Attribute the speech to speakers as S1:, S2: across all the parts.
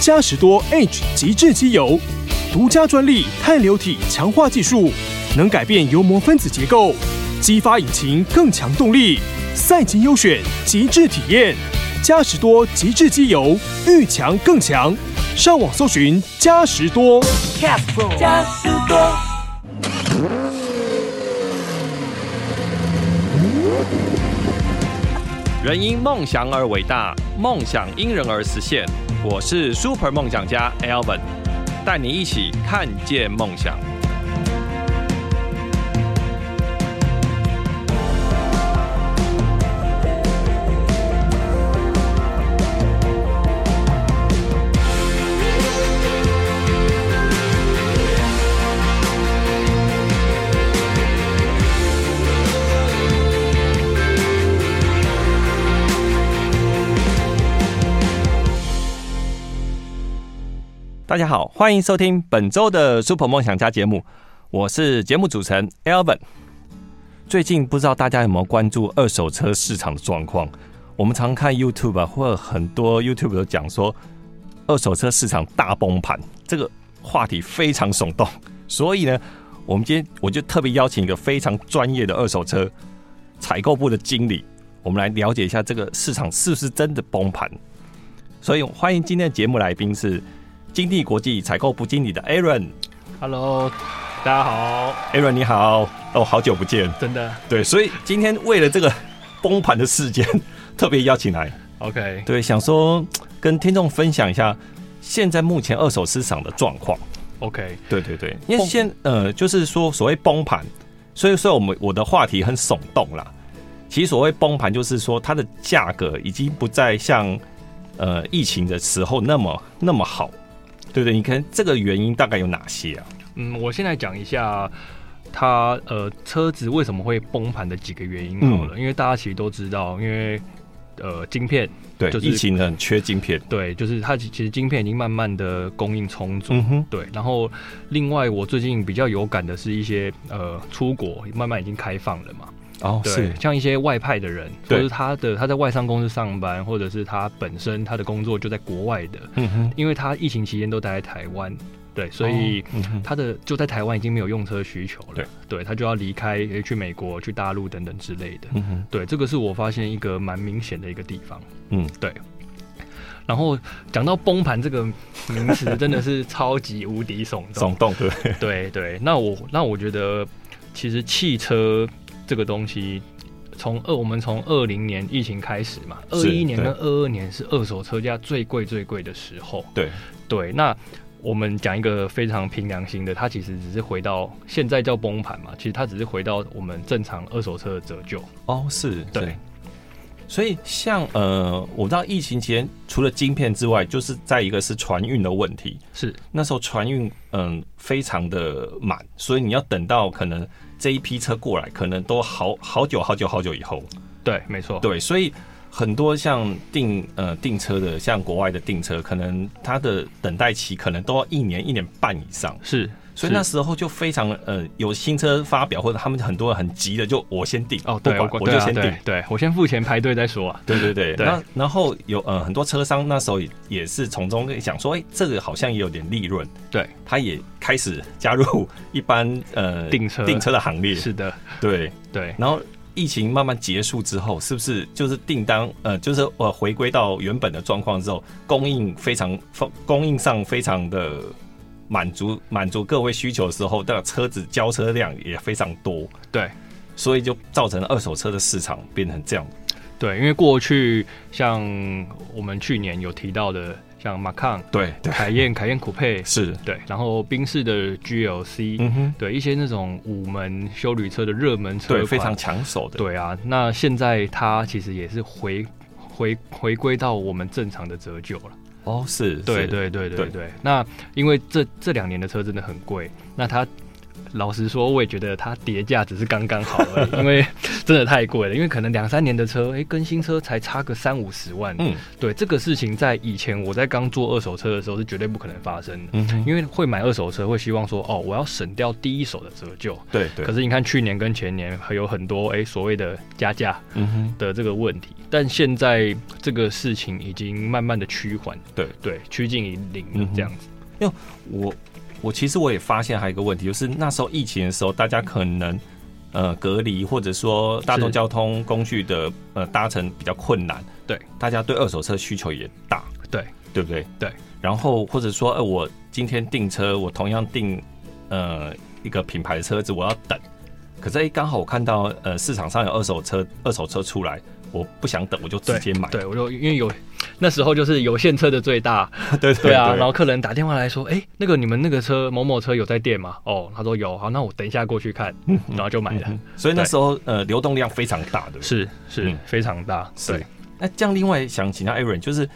S1: 嘉实多 H 极致机油，独家专利碳流体强化技术，能改变油膜分子结构，激发引擎更强动力。赛级优选，极致体验，嘉实多极致机油，遇强更强。上网搜寻嘉实多。
S2: 加士多。
S3: 人因梦想而伟大，梦想因人而实现。我是 Super 梦想家 Alvin，带你一起看见梦想。大家好，欢迎收听本周的 Super 梦想家节目，我是节目主持人 Alvin。最近不知道大家有没有关注二手车市场的状况？我们常看 YouTube 啊，或者很多 YouTube 都讲说二手车市场大崩盘，这个话题非常耸动。所以呢，我们今天我就特别邀请一个非常专业的二手车采购部的经理，我们来了解一下这个市场是不是真的崩盘。所以欢迎今天的节目来宾是金地国际采购部经理的 Aaron。
S4: Hello，大家好，
S3: Aaron 你好，哦，好久不见。
S4: 真的
S3: 对，所以今天为了这个崩盘的事件， 特别邀请来，
S4: OK，
S3: 对，想说跟听众分享一下现在目前二手市场的状况。
S4: OK，
S3: 对对对，因为
S4: 崩
S3: 现呃，就是说所谓崩盘，所以说我们我的话题很耸动啦。其实所谓崩盘，就是说它的价格已经不再像呃疫情的时候那么那么好，对不对？你看这个原因大概有哪些啊？
S4: 嗯，我先来讲一下它呃车子为什么会崩盘的几个原因
S3: 嗯
S4: 好了，因为大家其实都知道，因为呃晶片
S3: 对，
S4: 就是
S3: 疫情很缺晶片。
S4: 对，就是它其其实晶片已经慢慢的供应充足。
S3: 嗯哼，
S4: 对，然后另外我最近比较有感的是一些呃出国慢慢已经开放了嘛，
S3: 哦，
S4: 对
S3: 是，，
S4: 像一些外派的人，或
S3: 对
S4: 者是他的他在外商公司上班，或者是他本身他的工作就在国外的，
S3: 嗯哼，
S4: 因为他疫情期间都待在台湾，对，所以
S3: 嗯哼，
S4: 他的就在台湾已经没有用车需求了，
S3: 对，
S4: 他就要离开诶去美国、去大陆等等之类的，
S3: 嗯哼，
S4: 对，这个是我发现一个蛮明显的一个地方，
S3: 嗯，
S4: 对。然后讲到崩盘这个名词，真的是超级无敌耸动
S3: 耸，动对，
S4: 对对。那我那我觉得，其实汽车这个东西。从二，我们从二零年疫情开始嘛，二
S3: 是
S4: 一年
S3: 对
S4: 跟二二年是二手车价最贵最贵的时候。
S3: 对，
S4: 对，那我们讲一个非常凭良心的，它其实只是回到现在叫崩盘嘛，其实它只是回到我们正常二手车的折旧。
S3: 哦是，
S4: 对
S3: 是。所以像呃，我知道疫情期间除了晶片之外，就是在一个是船运的问题。
S4: 是
S3: 那时候船运嗯、非常的满，所以你要等到可能这一批车过来，可能都好好久好久好久以后。
S4: 对，没错。
S3: 对，所以很多像订呃订车的，像国外的订车，可能它的等待期可能都要一年一年半以上。
S4: 是，
S3: 所以那
S4: 是
S3: 时候就非常呃，有新车发表或者他们很多人很急的，就我先定
S4: 哦，
S3: 不
S4: 对，
S3: 管我就
S4: 对啊
S3: 先定。
S4: 对对我先付钱排队再说啊。
S3: 对对对，
S4: 对
S3: 那然后有呃很多车商那时候也也是从中想说，哎、这个好像也有点利润，
S4: 对，
S3: 他也开始加入一般呃
S4: 订车
S3: 订车的行列，
S4: 是的，
S3: 对。
S4: 对，
S3: 然后疫情慢慢结束之后，是不是就是订单呃就是呃回归到原本的状况之后，供应非常供应上非常的满足满足各位需求的时候，那车子交车量也非常多，
S4: 对。
S3: 所以就造成了二手车的市场变成这样。
S4: 对，因为过去像我们去年有提到的，像 马康、
S3: 对对，
S4: 凯宴、凯宴酷配，
S3: 是，
S4: 对，然后宾士的 GLC，、
S3: 嗯哼。
S4: 对一些那种五门修旅车的热门车
S3: 对，
S4: 款，
S3: 非常抢手的。，
S4: 对啊，那现在它其实也是回回回归到我们正常的折旧了。
S3: 哦，是，
S4: 对
S3: 是，
S4: 对对对
S3: 对
S4: 对。那因为这这两年的车真的很贵，那它老实说，我也觉得它跌价只是刚刚好 而已，因为真的太贵了。因为可能两三年的车，哎、跟新车才差个三五十万。
S3: 嗯
S4: 对这个事情，在以前我在刚做二手车的时候是绝对不可能发生的，
S3: 嗯哼，
S4: 因为会买二手车会希望说，哦，我要省掉第一手的折旧。
S3: 对
S4: 可
S3: 对，
S4: 是你看去年跟前年还有很多哎、所谓的加价
S3: 嗯哼，
S4: 的这个问题，但现在这个事情已经慢慢的趋缓，
S3: 对
S4: 对，趋近于零
S3: 嗯
S4: 了
S3: 哼
S4: 这样子。
S3: 我我其实我也发现还有一个问题，就是那时候疫情的时候，大家可能呃隔离或者说大众
S4: 是
S3: 交通工具的呃搭乘比较困难，
S4: 对，
S3: 大家对二手车需求也大，
S4: 对
S3: 对不对？
S4: 对，
S3: 然后或者说，呃，我今天订车，我同样订呃一个品牌的车子，我要等，可是哎，刚好我看到呃市场上有二手车，二手车出来。我不想等，我就直接买。
S4: 对，我就因为有那时候就是有现车的最大，
S3: 对
S4: 对啊，然后客人打电话来说，哎、那个你们那个车某某车有在店吗？哦，他说有，好，那我等一下过去看，然后就买了，
S3: 嗯所以那时候呃流动量非常大，对不对？
S4: 是是、
S3: 嗯
S4: 非常大，对
S3: 是。那这样，另外想请教 Aaron，就是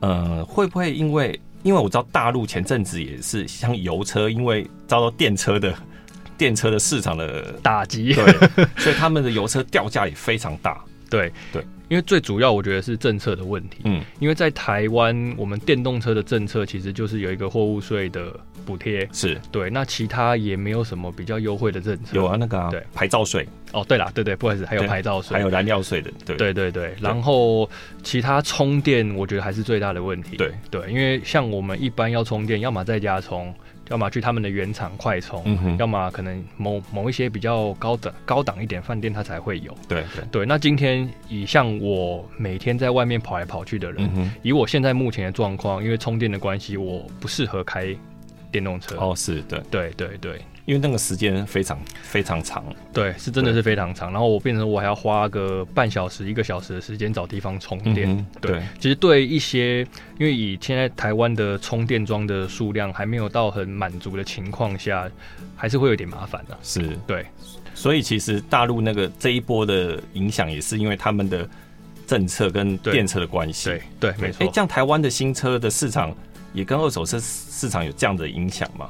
S3: 呃，会不会因为因为我知道大陆前阵子也是像油车，因为遭到电车的 电车的市场 的
S4: 打击，
S3: 对，所以他们的油车掉价也非常大。
S4: 对
S3: 对，
S4: 因为最主要我觉得是政策的问题，
S3: 嗯，
S4: 因为在台湾我们电动车的政策其实就是有一个货物税的补贴，
S3: 是
S4: 对，那其他也没有什么比较优惠的政策，
S3: 有啊，那个啊
S4: 对
S3: 牌照税，
S4: 哦，对啦，对对，不好意思，还有
S3: 对
S4: 牌照税，
S3: 还有燃料税的，对
S4: 对对对，然后其他充电，我觉得还是最大的问题。
S3: 对
S4: 对，因为像我们一般要充电，要么在家充，要么去他们的原厂快充，
S3: 嗯哼
S4: 要么可能某某一些比较高档高档一点饭店它才会有。
S3: 对对，
S4: 对，那今天以像我每天在外面跑来跑去的人，
S3: 嗯哼，
S4: 以我现在目前的状况，因为充电的关系，我不适合开电动车。
S3: 哦是对，
S4: 对对对，
S3: 因为那个时间非常非常长，
S4: 对，是真的是非常长。然后我变成我还要花个半小时、一个小时的时间找地方充电。
S3: 嗯哼
S4: 对
S3: 对，
S4: 其实对一些，因为以现在台湾的充电桩的数量还没有到很满足的情况下，还是会有点麻烦啊的、
S3: 是
S4: 对，
S3: 所以其实大陆那个这一波的影响，也是因为他们的政策跟
S4: 对
S3: 电车的关系。
S4: 对，对，没
S3: 哎、
S4: 错。
S3: 这样台湾的新车的市场也跟二手车市场有这样的影响吗？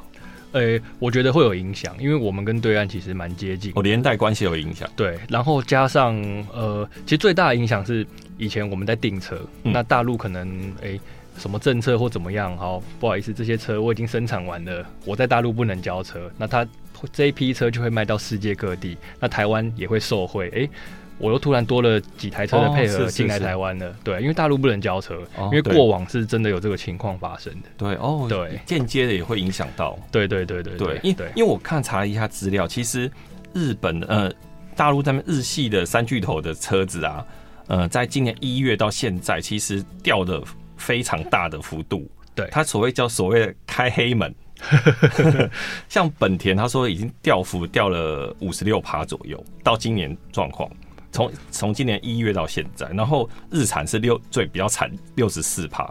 S4: 诶、我觉得会有影响，因为我们跟对岸其实蛮接近。
S3: 哦，连带关系有影响。
S4: 对，然后加上呃，其实最大的影响是以前我们在订车，
S3: 嗯
S4: 那大陆可能诶、什么政策或怎么样，好不好意思，这些车我已经生产完了，我在大陆不能交车，那它这一批车就会卖到世界各地，那台湾也会受惠，诶、我又突然多了几台车的配
S3: 哦
S4: 合
S3: 是是
S4: 进来台湾了，对，因为大陆不能交车，
S3: 哦
S4: 因为
S3: 对
S4: 过往是真的有这个情况发生的，
S3: 对，哦，
S4: 对，
S3: 间接的也会影响到。
S4: 对对对对
S3: 对，
S4: 对
S3: 因因为我看查了一下资料，其实日本呃大陆他们日系的三巨头的车子啊，呃，在今年一月到现在，其实掉的非常大的幅度。
S4: 对
S3: 它所谓叫所谓的开黑 门，像本田，他说已经掉幅掉了五十六趴左右，到今年状况。从从今年一月到现在，然后日产是六最比较惨六十四趴，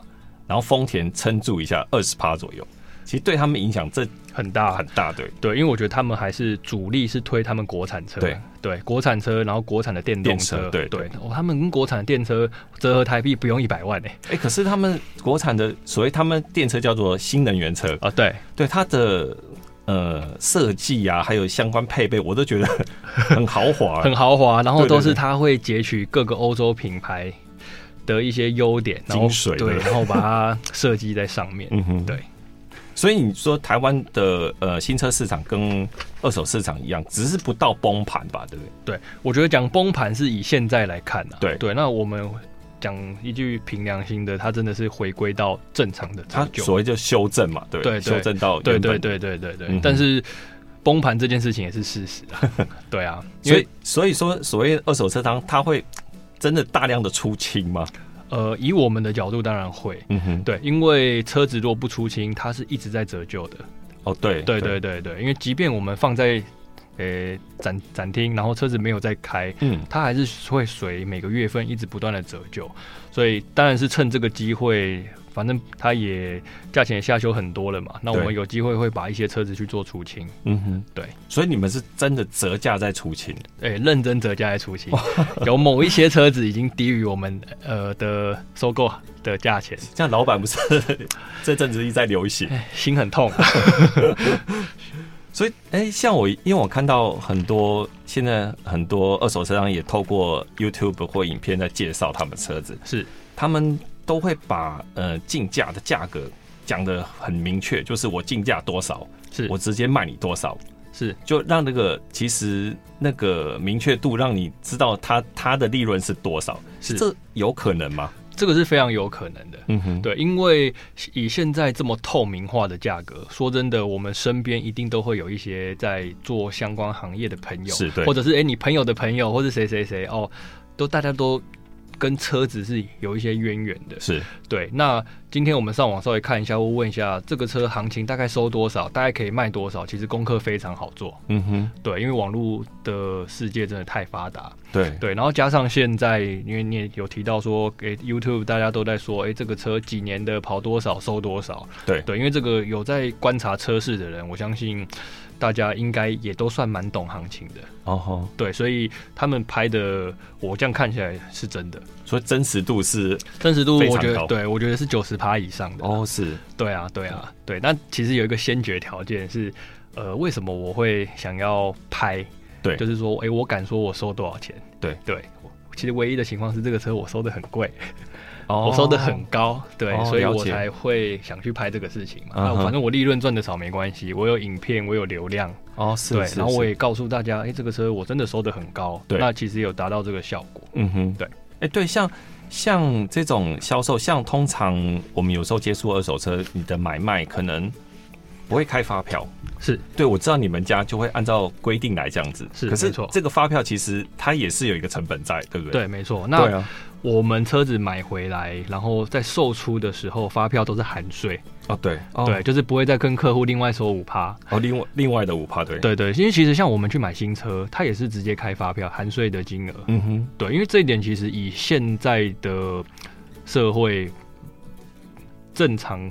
S3: 然后丰田撑住一下二十趴左右，其实对他们影响这
S4: 很大
S3: 很大，对，
S4: 对，因为我觉得他们还是主力是推他们国产车，
S3: 对
S4: 国产车，然后国产的电动车，
S3: 电车对
S4: 对、哦，他们跟国产的电车折合台币不用一百万欸呢、
S3: 哎、可是他们国产的所谓他们电车叫做新能源车，
S4: 啊，对，
S3: 对它的呃设计啊，还有相关配备，我都觉得 很豪华，
S4: 很豪华，然后
S3: 对对
S4: 都是
S3: 对
S4: 他会截取各个欧洲品牌的一些优点，然后
S3: 精髓
S4: 对，
S3: 对
S4: 然后把它设计在上面，
S3: 嗯哼，
S4: 对。
S3: 所以你说台湾的呃新车市场跟二手市场一样，只是不到崩盘吧，对不对？
S4: 对，我觉得讲崩盘是以现在来看啊，
S3: 对
S4: 对，那我们讲一句凭良心的，它真的是回归到正常的
S3: 它
S4: 折旧，
S3: 所谓就修正嘛，对不
S4: 对对
S3: 修正到
S4: 对
S3: 原
S4: 对
S3: 本，
S4: 对对对对，
S3: 嗯哼
S4: 但是崩盘这件事情也是事实啊， 对啊，因
S3: 所
S4: 为
S3: 以所以说所谓二手车商，它会真的大量的出清吗？
S4: 呃，以我们的角度当然会。
S3: 嗯哼，
S4: 对，因为车子若不出清，它是一直在折旧的。
S3: 哦对
S4: 对对对对，因为即便我们放在呃展展厅，然后车子没有在开，
S3: 嗯
S4: 它还是会随每个月份一直不断的折旧。所以当然是趁这个机会，反正它也价钱也下修很多了嘛。那我
S3: 对
S4: 们有机会会把一些车子去做出清，
S3: 嗯哼，
S4: 对，
S3: 所以你们是真的折价在出清。
S4: 哎、认真折价来出清。有某一些车子已经低于我们呃的收购的价钱，
S3: 像
S4: 啊
S3: 老板不是这阵子一直在流行，
S4: 心很痛、
S3: 所以，哎、像我，因为我看到很多现在很多二手车商也透过 YouTube 或影片在介绍他们车子，
S4: 是
S3: 他们都会把呃竞价的价格讲得很明确，就是我竞价多少，
S4: 是
S3: 我直接卖你多少，
S4: 是
S3: 就让那个其实那个明确度让你知道他他的利润是多少，
S4: 是
S3: 这有可能吗？
S4: 这个是非常有可能的。
S3: 嗯哼，
S4: 对，因为以现在这么透明化的价格，说真的，我们身边一定都会有一些在做相关行业的朋友，
S3: 是对
S4: 或者是哎、你朋友的朋友，或是谁谁谁哦，都大家都跟车子是有一些渊源的。
S3: 是
S4: 对，那今天我们上网稍微看一下，或问一下这个车行情大概收多少，大概可以卖多少，其实功课非常好做。
S3: 嗯哼，
S4: 对，因为网络的世界真的太发达，
S3: 对
S4: 对，然后加上现在，因为你也有提到说，给 YouTube 大家都在说，哎，这个车几年的跑多少收多少。
S3: 对
S4: 对，因为这个有在观察车市的人，我相信大家应该也都算蛮懂行情的。
S3: 哦吼，
S4: 对，所以他们拍的，我这样看起来是真的，
S3: 所以真实度是
S4: 真实度
S3: 非常
S4: 我觉
S3: 高
S4: 得，对我觉得是九十趴以上的。
S3: 哦是
S4: 对啊，对啊，对。那其实有一个先决条件是，呃，为什么我会想要拍？
S3: 对
S4: 就是说，哎、我敢说我收多少钱？
S3: 对
S4: 对。我其实唯一的情况是，这个车我收的很贵，
S3: 哦
S4: 我收的很高，对，
S3: 哦
S4: 所以
S3: 了
S4: 我
S3: 解
S4: 才会想去拍这个事情嘛。
S3: 嗯
S4: 那
S3: 哼
S4: 我反正我利润赚的少没关系，我有影片，我有流量，
S3: 哦是
S4: 对
S3: 是，
S4: 然后我
S3: 是
S4: 也告诉大家，哎、这个车我真的收的很高，
S3: 对
S4: 那其实有达到这个效果，
S3: 嗯哼，
S4: 对
S3: 哎、对，像像这种销售，像通常我们有时候接触二手车，你的买卖可能不会开发票。
S4: 是
S3: 对，我知道你们家就会按照规定来这样子，
S4: 是
S3: 可是
S4: 没错
S3: 这个发票其实它也是有一个成本在，对不对？
S4: 对，没错。
S3: 对
S4: 那
S3: 啊，
S4: 我们车子买回来，然后在售出的时候，发票都是含税，
S3: 哦对，哦
S4: 对，，就是不会再跟客户另外收五趴。
S3: 哦另外另外的五趴，对，，
S4: 对对，因为其实像我们去买新车，它也是直接开发票含税的金额。
S3: 嗯哼，
S4: 对，因为这一点其实以现在的社会正常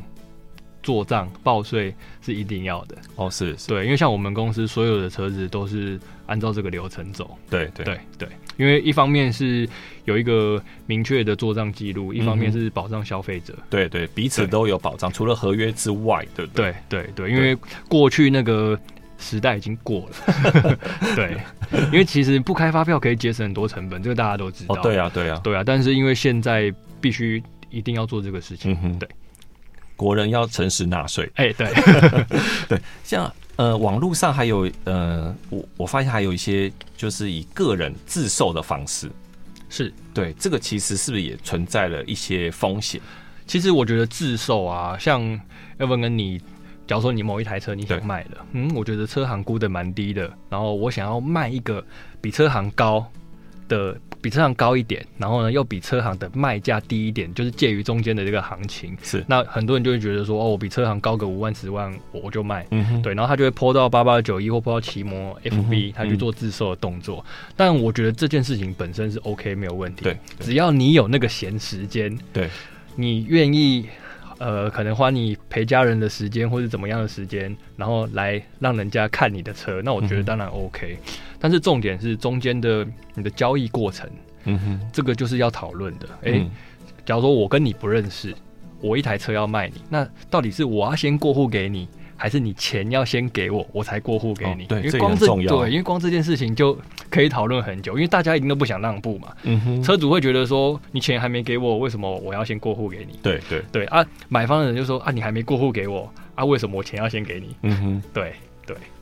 S4: 做账报税是一定要的。
S3: 哦是是，
S4: 对，因为像我们公司所有的车子都是按照这个流程走。
S3: 对对
S4: 对对，因为一方面是有一个明确的做账记录，一方面
S3: 嗯哼
S4: 是保障消费者。
S3: 对对，彼此
S4: 对
S3: 都有保障，除了合约之外，对不对？
S4: 对对对，因为过去那个时代已经过了。 对，因为其实不开发票可以节省很多成本，这个大家都知道。
S3: 哦对啊对啊，
S4: 对啊，但是因为现在必须一定要做这个事情。
S3: 嗯哼，
S4: 对，
S3: 国人要诚实纳税。
S4: 哎、 对，
S3: 像呃，网络上还有呃，我我发现还有一些就是以个人自售的方式，
S4: 是。
S3: 对这个其实是不是也存在了一些风险？
S4: 其实我觉得自售啊，像 Evan 跟你，假如说你某一台车你想
S3: 对
S4: 卖了，嗯，我觉得车行估的蛮低的，然后我想要卖一个比车行高的，比车行高一点，然后呢又比车行的卖价低一点，就是介于中间的这个行情。
S3: 是，
S4: 那很多人就会觉得说，哦，我比车行高个五万、十万，我我就卖。
S3: 嗯哼，
S4: 对，然后他就会抛到八八九一或抛到奇摩
S3: 嗯哼
S4: FB，、他去做自售的动作。但我觉得这件事情本身是 OK 没有问题，
S3: 对对
S4: 只要你有那个闲时间，
S3: 对，
S4: 你愿意，呃，可能花你陪家人的时间或是怎么样的时间，然后来让人家看你的车，那我觉
S3: 嗯哼
S4: 得当然 OK。但是重点是中间的你的交易过程，
S3: 嗯哼，
S4: 这个就是要讨论的。诶，
S3: 嗯
S4: 假如说我跟你不认识，我一台车要卖你，那到底是我要先过户给你，还是你钱要先给我，我才过户给你？
S3: 哦对这
S4: 因为
S3: 个
S4: 光
S3: 很
S4: 这
S3: 重要
S4: 对，因为光这件事情就可以讨论很久，因为大家一定都不想让步嘛。
S3: 嗯哼，
S4: 车主会觉得说，你钱还没给我，为什么我要先过户给你？
S3: 对对，
S4: 对啊，买方的人就说啊，你还没过户给我啊，为什么我钱要先给你？
S3: 嗯哼，
S4: 对，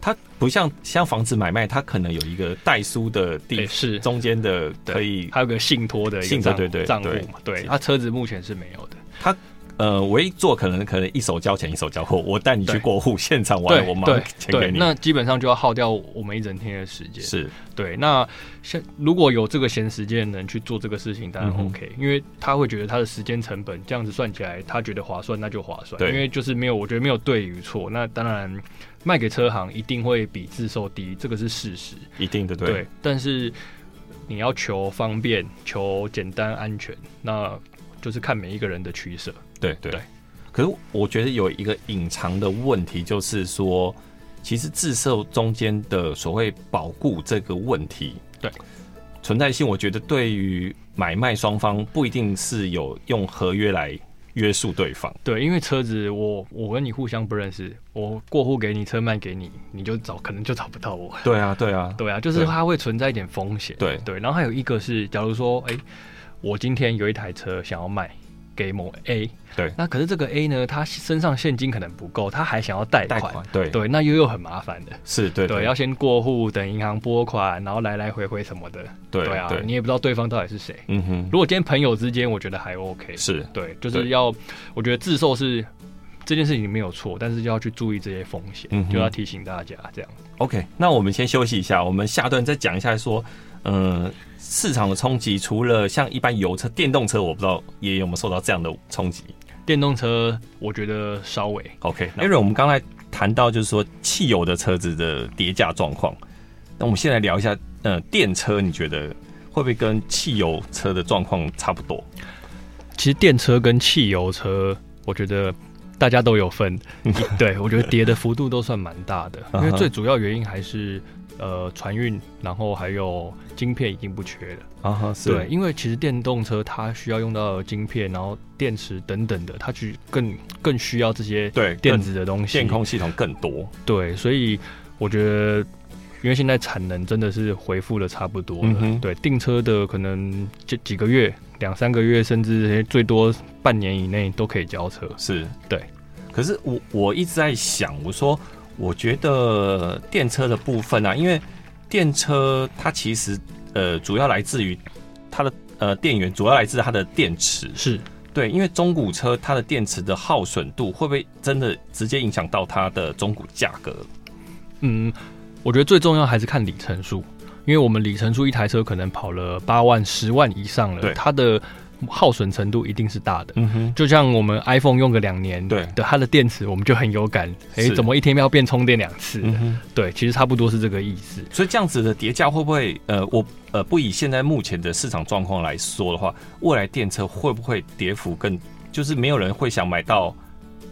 S3: 它不像像房子买卖，它可能有一个代书的地
S4: 诶是
S3: 中间的可以，
S4: 还有个信托的一
S3: 信托
S4: 个账户
S3: 对对
S4: 账户
S3: 对
S4: 嘛，对，
S3: 是
S4: 啊，车子目前是没有的。
S3: 呃，唯一做可能可能一手交钱一手交货，我带你去
S4: 对
S3: 过户，现场完了我马上
S4: 对
S3: 钱给
S4: 对
S3: 你，
S4: 那基本上就要耗掉我们一整天的时间。
S3: 是
S4: 对，那像如果有这个闲时间的人去做这个事情，
S3: 嗯
S4: 当然
S3: 哼
S4: OK，、因为他会觉得他的时间成本这样子算起来，他觉得划算，那就划算。
S3: 对
S4: 因为就是没有，我觉得没有对与错。那当然，卖给车行一定会比自售低，这个是事实。
S3: 一定的，对
S4: 对，，但是你要求方便、求简单、安全，那就是看每一个人的取舍。
S3: 对对
S4: 对
S3: 可是我觉得有一个隐藏的问题，就是说，其实自售中间的所谓保固这个问题，
S4: 对
S3: 存在性，我觉得对于买卖双方不一定是有用合约来约束对方。
S4: 对，因为车子我我跟你互相不认识，我过户给你，车卖给你，你就找可能就找不到我。
S3: 对啊，对啊，
S4: 对啊，就是它会存在一点风险。
S3: 对
S4: 对，然后还有一个是，假如说，哎、我今天有一台车想要卖给某 A，
S3: 对
S4: 那可是这个 A 呢，他身上现金可能不够，他还想要贷
S3: 贷
S4: 款，
S3: 款，对
S4: 对，那又又很麻烦的。
S3: 是，对
S4: 对，要先过户，等银行拨款，然后来来回回什么的。
S3: 对
S4: 啊，
S3: 对
S4: 你也不知道对方到底是谁。
S3: 嗯哼，
S4: 如果今天朋友之间，我觉得还 OK。
S3: 是
S4: 对，就
S3: 对
S4: 是要，我觉得自售是这件事情没有错，但是就要去注意这些风险，
S3: 嗯哼
S4: 就要提醒大家这样。
S3: OK，那我们先休息一下，我们下段再讲一下说，呃，市场的冲击，除了像一般油车、电动车，我不知道也有没有受到这样的冲击。
S4: 电动车，我觉得稍微
S3: OK，那 Aaron，我们刚才谈到就是说汽油的车子的跌价状况，那我们先来聊一下，呃，电车你觉得会不会跟汽油车的状况差不多？
S4: 其实电车跟汽油车，我觉得大家都有 份。对，我觉得跌的幅度都算蛮大的，因为
S3: 嗯哼
S4: 最主要原因还是呃船运，然后还有晶片已经不缺了。
S3: 啊哈，
S4: 对，，因为其实电动车它需要用到晶片，然后电池等等的，它去更更需要这些
S3: 对
S4: 电
S3: 更
S4: 子的东西。
S3: 电控系统更多，
S4: 对，所以我觉得。因为现在产能真的是恢复的差不多了
S3: 嗯，哼
S4: 对订车的可能这几个月、两三个月，甚至最多半年以内都可以交车。
S3: 是
S4: 对。
S3: 可是我我一直在想，我说我觉得电车的部分啊，因为电车它其实呃主要来自于它的呃电源，主要来自它的电池。
S4: 是，
S3: 对，因为中古车它的电池的耗损度会不会真的直接影响到它的中古价格？
S4: 嗯，我觉得最重要还是看里程数，因为我们里程数一台车可能跑了八万、十万以上
S3: 对
S4: 了，它的耗损程度一定是大的。
S3: 嗯哼，
S4: 就像我们 iPhone 用个两年，
S3: 对
S4: 的，它的电池我们就很有感，哎、
S3: 是
S4: 怎么一天要变充电两次？
S3: 嗯哼，
S4: 对，其实差不多是这个意思。
S3: 所以这样子的叠加会不会呃我呃不以现在目前的市场状况来说的话，未来电车会不会跌幅更就是没有人会想买到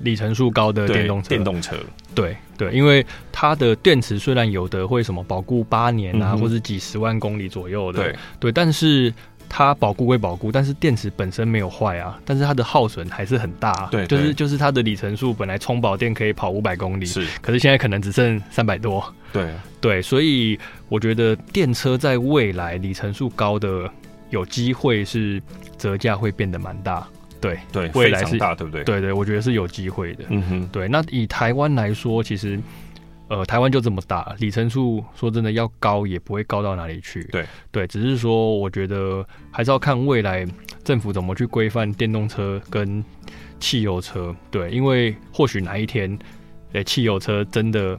S4: 里程数高的
S3: 对
S4: 呃电动车，
S3: 电动车？
S4: 对对，因为它的电池虽然有的会什么保固八年
S3: 嗯
S4: 啊，
S3: 哼
S4: 或是几十万公里左右的，
S3: 对，
S4: 对，但是它保固归保固，但是电池本身没有坏啊，但是它的耗损还是很大、啊。
S3: 对
S4: 就
S3: 对
S4: 是就是它的里程数本来充饱电可以跑五百公里，
S3: 是
S4: 可是现在可能只剩三百多。
S3: 对。
S4: 对，所以我觉得电车在未来里程数高的有机会是折价会变得蛮大。对
S3: 对，
S4: 未
S3: 非
S4: 来
S3: 常
S4: 是
S3: 大，对不对？，
S4: 对对，我觉得是有机会的。
S3: 嗯哼，
S4: 对，那以台湾来说，其实呃，台湾就这么大，里程数说真的要高也不会高到哪里去。
S3: 对
S4: 对，只是说我觉得还是要看未来政府怎么去规范电动车跟汽油车。对，因为或许哪一天，呃，汽油车真的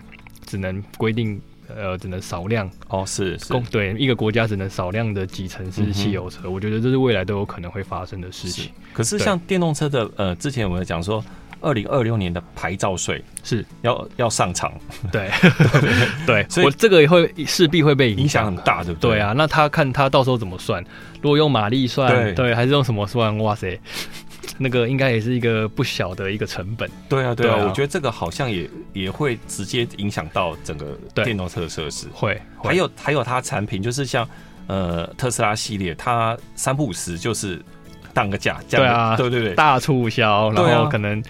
S4: 只能规定。呃，只能少量
S3: 哦，是是
S4: 供对一个国家只能少量的几成
S3: 嗯
S4: 是
S3: 哼
S4: 汽油车，我觉得这是未来都有可能会发生的事
S3: 是
S4: 情。。
S3: 可是
S4: 对
S3: 像电动车的，呃，之前我们有讲说，二零二六年的牌照税
S4: 是，
S3: 要要上场，
S4: 对 对，
S3: 所以
S4: 我这个也会势必会被
S3: 影
S4: 影
S3: 响
S4: 响
S3: 很。大，对不对？
S4: 对，啊，那他看他到时候怎么算？如果用马力算，
S3: 对
S4: 还是用什么算？哇塞， 那个应该也是一个不小的一个成本。
S3: 对啊，对啊。
S4: 对啊
S3: 我觉得这个好像也也会直接影响到整个
S4: 对
S3: 电动车的设施，
S4: 会，会
S3: 还有还有它产品，就是像呃特斯拉系列，它三不五十就是当个价，这样
S4: 对啊
S3: 对对对，
S4: 大促销，
S3: 对
S4: 然
S3: 啊
S4: 后可能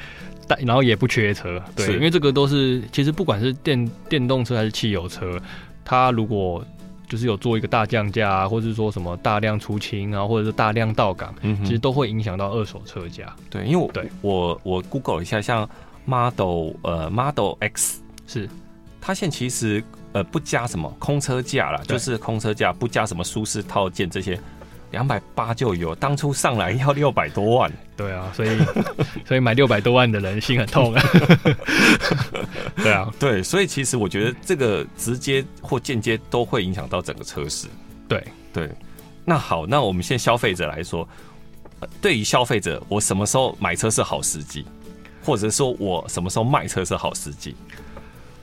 S4: 大，然后也不缺车。对，
S3: 是
S4: 因为这个都是其实不管是电电动车还是汽油车，它如果就是有做一个大降价啊，或是说什么大量出清啊，或者是大量到港，
S3: 嗯哼
S4: 其实都会影响到二手车价。
S3: 对，因为我
S4: 对
S3: 我我 Google 一下，像 Model 呃 Model X
S4: 是
S3: 它现在其实呃不加什么空车价啦，
S4: 对
S3: 就是空车价不加什么舒适套件这些，两百八就有，当初上来要六百多万。
S4: 对啊，所以 所以买六百多万的人心很痛啊。 对啊，
S3: 对，所以其实我觉得这个直接或间接都会影响到整个车市。
S4: 对
S3: 对，那好，那我们现在消费者来说，呃对于消费者，我什么时候买车是好时机，或者说我什么时候卖车是好时机？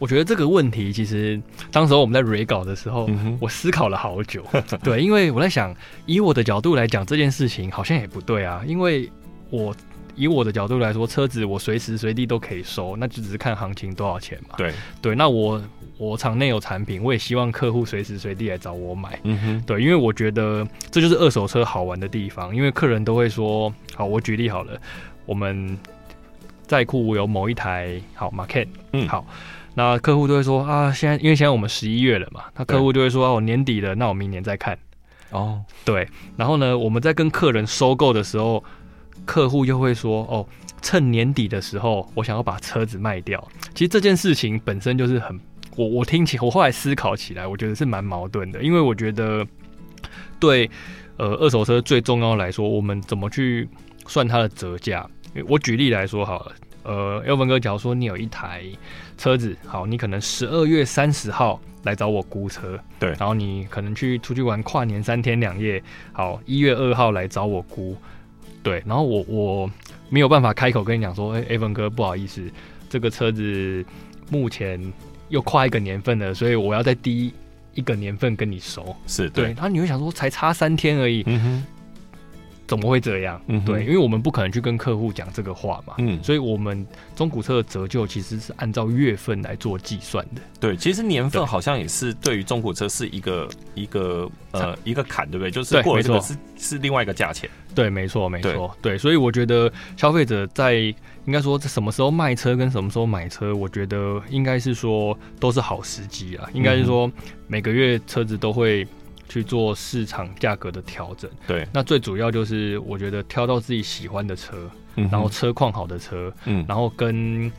S4: 我觉得这个问题其实当时候我们在 re 稿的时候，
S3: 嗯哼
S4: 我思考了好 久。对，因为我在想，以我的角度来讲这件事情好像也不对啊，因为我以我的角度来说，车子我随时随地都可以收，那就只是看行情多少钱嘛。
S3: 对，
S4: 对，那我我场内有产品，我也希望客户随时随地来找我买。
S3: 嗯哼，
S4: 对，因为我觉得这就是二手车好玩的地方，因为客人都会说，好，我举例好了，我们在库有某一台好 Macan，
S3: 嗯
S4: 好，那客户都会说啊，现在因为现在我们十一月了嘛，那客户就会说哦、我年底了，那我明年再看。
S3: 哦，
S4: 对，然后呢，我们在跟客人收购的时候，客户又会说哦，趁年底的时候，我想要把车子卖掉。其实这件事情本身就是很，我我听起，我后来思考起来，我觉得是蛮矛盾的，因为我觉得对呃二手车最重要来说，我们怎么去算它的折价？我举例来说好了。呃，耀文哥，假如说你有一台车子，好，你可能十二月三十号来找我估车，
S3: 对
S4: 然后你可能去出去玩跨年三天两夜，好，一月二号来找我估，对，然后我我没有办法开口跟你讲说，哎、a v o n 哥，不好意思，这个车子目前又跨一个年份了，所以我要在第一一个年份跟你熟，
S3: 是
S4: 对，，然后你会想说，才差三天而已，
S3: 嗯哼，
S4: 怎么会这样？
S3: 嗯哼
S4: 对，因为我们不可能去跟客户讲这个话嘛。
S3: 嗯，
S4: 所以，我们中古车的折旧其实是按照月份来做计算的。
S3: 对，其实年份
S4: 对
S3: 好像也是对于中古车是一个一个呃一个坎，对不对？就是
S4: 对
S3: 过了这个
S4: 没
S3: 是是另外一个价钱，
S4: 对，没错，没错，对，所以我觉得消费者在应该说这什么时候卖车跟什么时候买车，我觉得应该是说都是好时机啊。应该是
S3: 嗯
S4: 说每个月车子都会去做市场价格的调整。
S3: 对，
S4: 那最主要就是我觉得挑到自己喜欢的车，
S3: 嗯哼
S4: 然后车况好的车，
S3: 嗯，
S4: 然后跟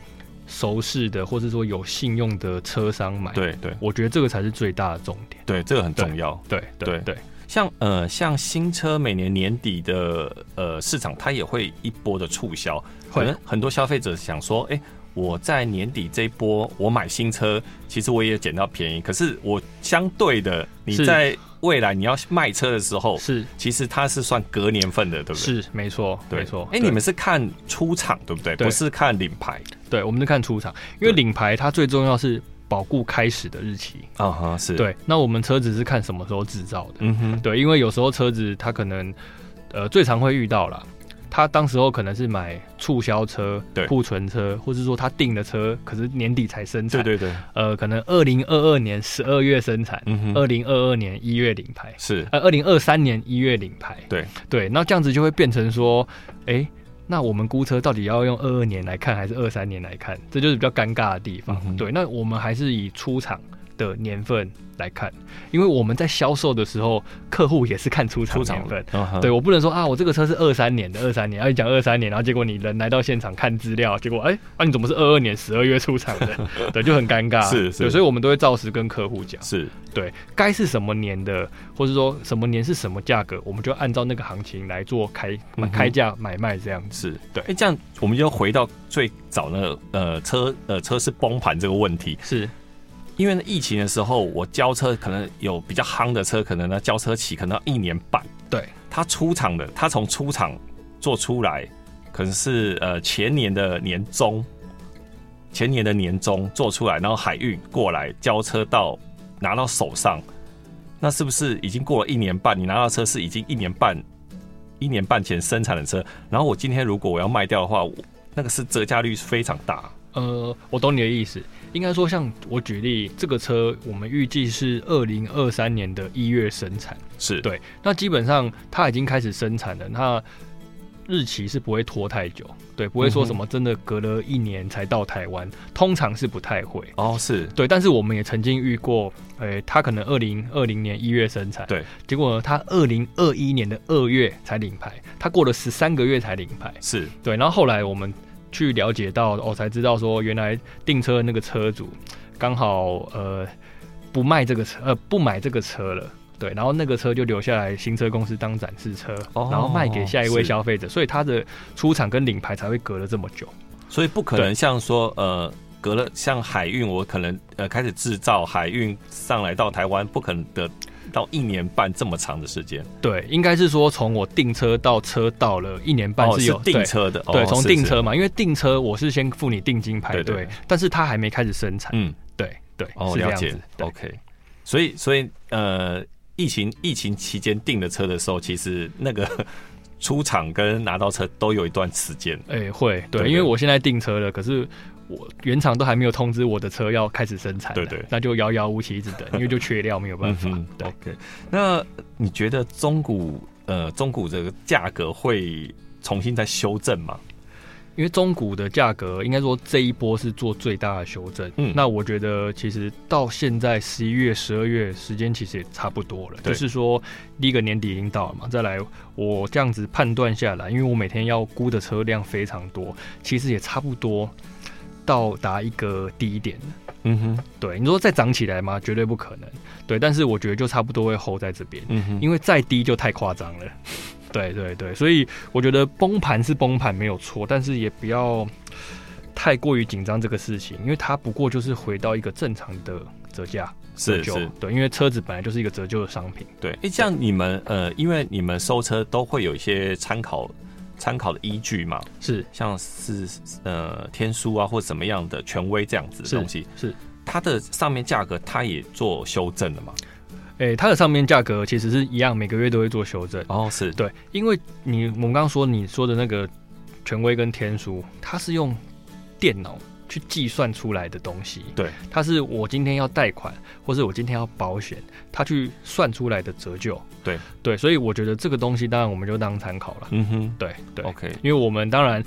S4: 熟识的或是说有信用的车商买。，
S3: 对对
S4: 我觉得这个才是最大的重点。
S3: 对，这个很重要。
S4: 对
S3: 对
S4: 对对
S3: 像呃，像新车每年年底的呃市场，它也会一波的促销，可
S4: 会
S3: 能很多消费者想说，哎、我在年底这一波我买新车，其实我也捡到便宜，可是我相对的，你
S4: 是
S3: 在未来你要卖车的时候，
S4: 是
S3: 其实它是算隔年份的，对哦不对？
S4: 是没错
S3: 对
S4: 没错。
S3: 哎、
S4: 对
S3: 你们是看出厂对不对？
S4: 对
S3: 不是看领牌
S4: 对，我们是看出厂，因为
S3: 对
S4: 领牌它最重要是保固开始的日期。
S3: 啊哈、是，
S4: 对，那我们车子是看什么时候制造的。
S3: 嗯哼，
S4: 对，因为有时候车子它可能，呃，最常会遇到啦。他当时候可能是买促销车
S3: 对、
S4: 库存车，或是说他订的车，可是年底才生产。
S3: 对对对，
S4: 呃，可能二零二二年十二月生产，
S3: 嗯哼，
S4: 二零二二年一月领牌，
S3: 是，
S4: 呃，二零二三年一月领牌。
S3: 对
S4: 对，那这样子就会变成说，哎、那我们估车到底要用二二年来看还是二三年来看？这就是比较尴尬的地方
S3: 嗯。哼
S4: 对，那我们还是以出厂的年份来看，因为我们在销售的时候，客户也是看出厂
S3: 出厂
S4: 年份。，
S3: 嗯哼
S4: 对，我不能说啊，我这个车是二三年的，二三年，然后你讲二三年，然后结果你人来到现场看资料，结果哎、啊你怎么是二二年十二月出厂的？ 对，就很尴尬。
S3: 是是
S4: 对，所以我们都会照实跟客户讲。
S3: 是，
S4: 对，该是什么年的，或是说什么年是什么价格，我们就按照那个行情来做开
S3: 嗯哼
S4: 开价买卖这样子。
S3: 是
S4: 对
S3: 哎、这样我们就回到最早那个呃车呃车市崩盘这个问题，
S4: 是
S3: 因为呢疫情的时候，我交车可能有比较夯的车，可能呢交车期可能要一年半，
S4: 对，
S3: 它出厂的，它从出厂做出来，可能是呃前年的年中，前年的年中做出来，然后海运过来交车到拿到手上，那是不是已经过了一年半？你拿到车是已经一年半，一年半前生产的车，然后我今天如果我要卖掉的话，我那个是折价率非常大，
S4: 呃，我懂你的意思。应该说，像我举例，这个车我们预计是二零二三年的一月生产，
S3: 是
S4: 对，那基本上它已经开始生产了，那日期是不会拖太久，对，不会
S3: 嗯
S4: 说
S3: 哼
S4: 什么真的隔了一年才到台湾，通常是不太会。
S3: 哦，是
S4: 对，但是我们也曾经遇过，诶、他可能二零二零年一月生产，
S3: 对，
S4: 结果呢，他二零二一年的二月才领牌，他过了十三个月才领牌，
S3: 是，
S4: 对，然后后来我们去了解到，哦，才知道说原来订车的那个车主刚好呃不卖这个车，呃不买这个车了。对，然后那个车就留下来新车公司当展示车，
S3: 哦
S4: 然后卖给下一位
S3: 是
S4: 消费者，所以它的出厂跟领牌才会隔了这么久。
S3: 所以不可能像说呃，隔了像海运，我可能呃开始制造海运上来到台湾，不可能得到一年半这么长的时间。
S4: 对，应该是说从我订车到车到了一年半
S3: 哦，
S4: 有、对
S3: 订车的，
S4: 对，
S3: 哦
S4: 从
S3: 是
S4: 订
S3: 是
S4: 车嘛，因为订车我是先付你定金排
S3: 对
S4: 队，
S3: 对对
S4: 但是它还没开始生产，
S3: 嗯，
S4: 对对，
S3: 哦，
S4: 是这
S3: 了
S4: 样
S3: 解
S4: 子。对
S3: ，OK。所以，所以呃，疫情疫情期间订的车的时候，其实那个 出厂跟拿到车都有一段时间。
S4: 哎、会对，
S3: 对
S4: 因为
S3: 对
S4: 我现在订车了，可是我原厂都还没有通知我的车要开始生产了，
S3: 对对
S4: 那就遥遥无期，一直等，因为就缺料没有办
S3: 嗯
S4: 法，
S3: 哼
S4: 对。
S3: ，OK。那你觉得中古呃中古这个价格会重新再修正吗？
S4: 因为中古的价格，应该说这一波是做最大的修正。
S3: 嗯
S4: 那我觉得其实到现在十一月、十二月时间其实也差不多了，
S3: 对
S4: 就是说第一个年底已经到了嘛，再来我这样子判断下来，因为我每天要估的车辆非常多，其实也差不多到达一个低点了。
S3: 嗯哼，
S4: 对，你说再涨起来吗？绝对不可能。对，但是我觉得就差不多会 hold 在这边。
S3: 嗯哼，
S4: 因为再低就太夸张 了。对对对，所以我觉得崩盘是崩盘没有错，但是也不要太过于紧张这个事情，因为它不过就是回到一个正常的折价折
S3: 是
S4: 旧
S3: 是，，
S4: 对，因为车子本来就是一个折旧的商品。
S3: 对。诶，像你们呃，因为你们收车都会有一些参考参考的依据嘛，
S4: 是
S3: 像是呃天书啊或怎么样的权威这样子的
S4: 是
S3: 东西，
S4: 是，
S3: 它的上面价格它也做修正了嘛？
S4: 诶、它的上面价格其实是一样，每个月都会做修正。
S3: 哦，是，
S4: 对，因为你我们刚刚说你说的那个权威跟天书，它是用电脑去计算出来的东西。
S3: 对，
S4: 它是我今天要贷款，或是我今天要保险，它去算出来的折旧。
S3: 对
S4: 对，所以我觉得这个东西当然我们就当参考了。
S3: 嗯哼
S4: 对对
S3: ，OK，
S4: 因为我们当然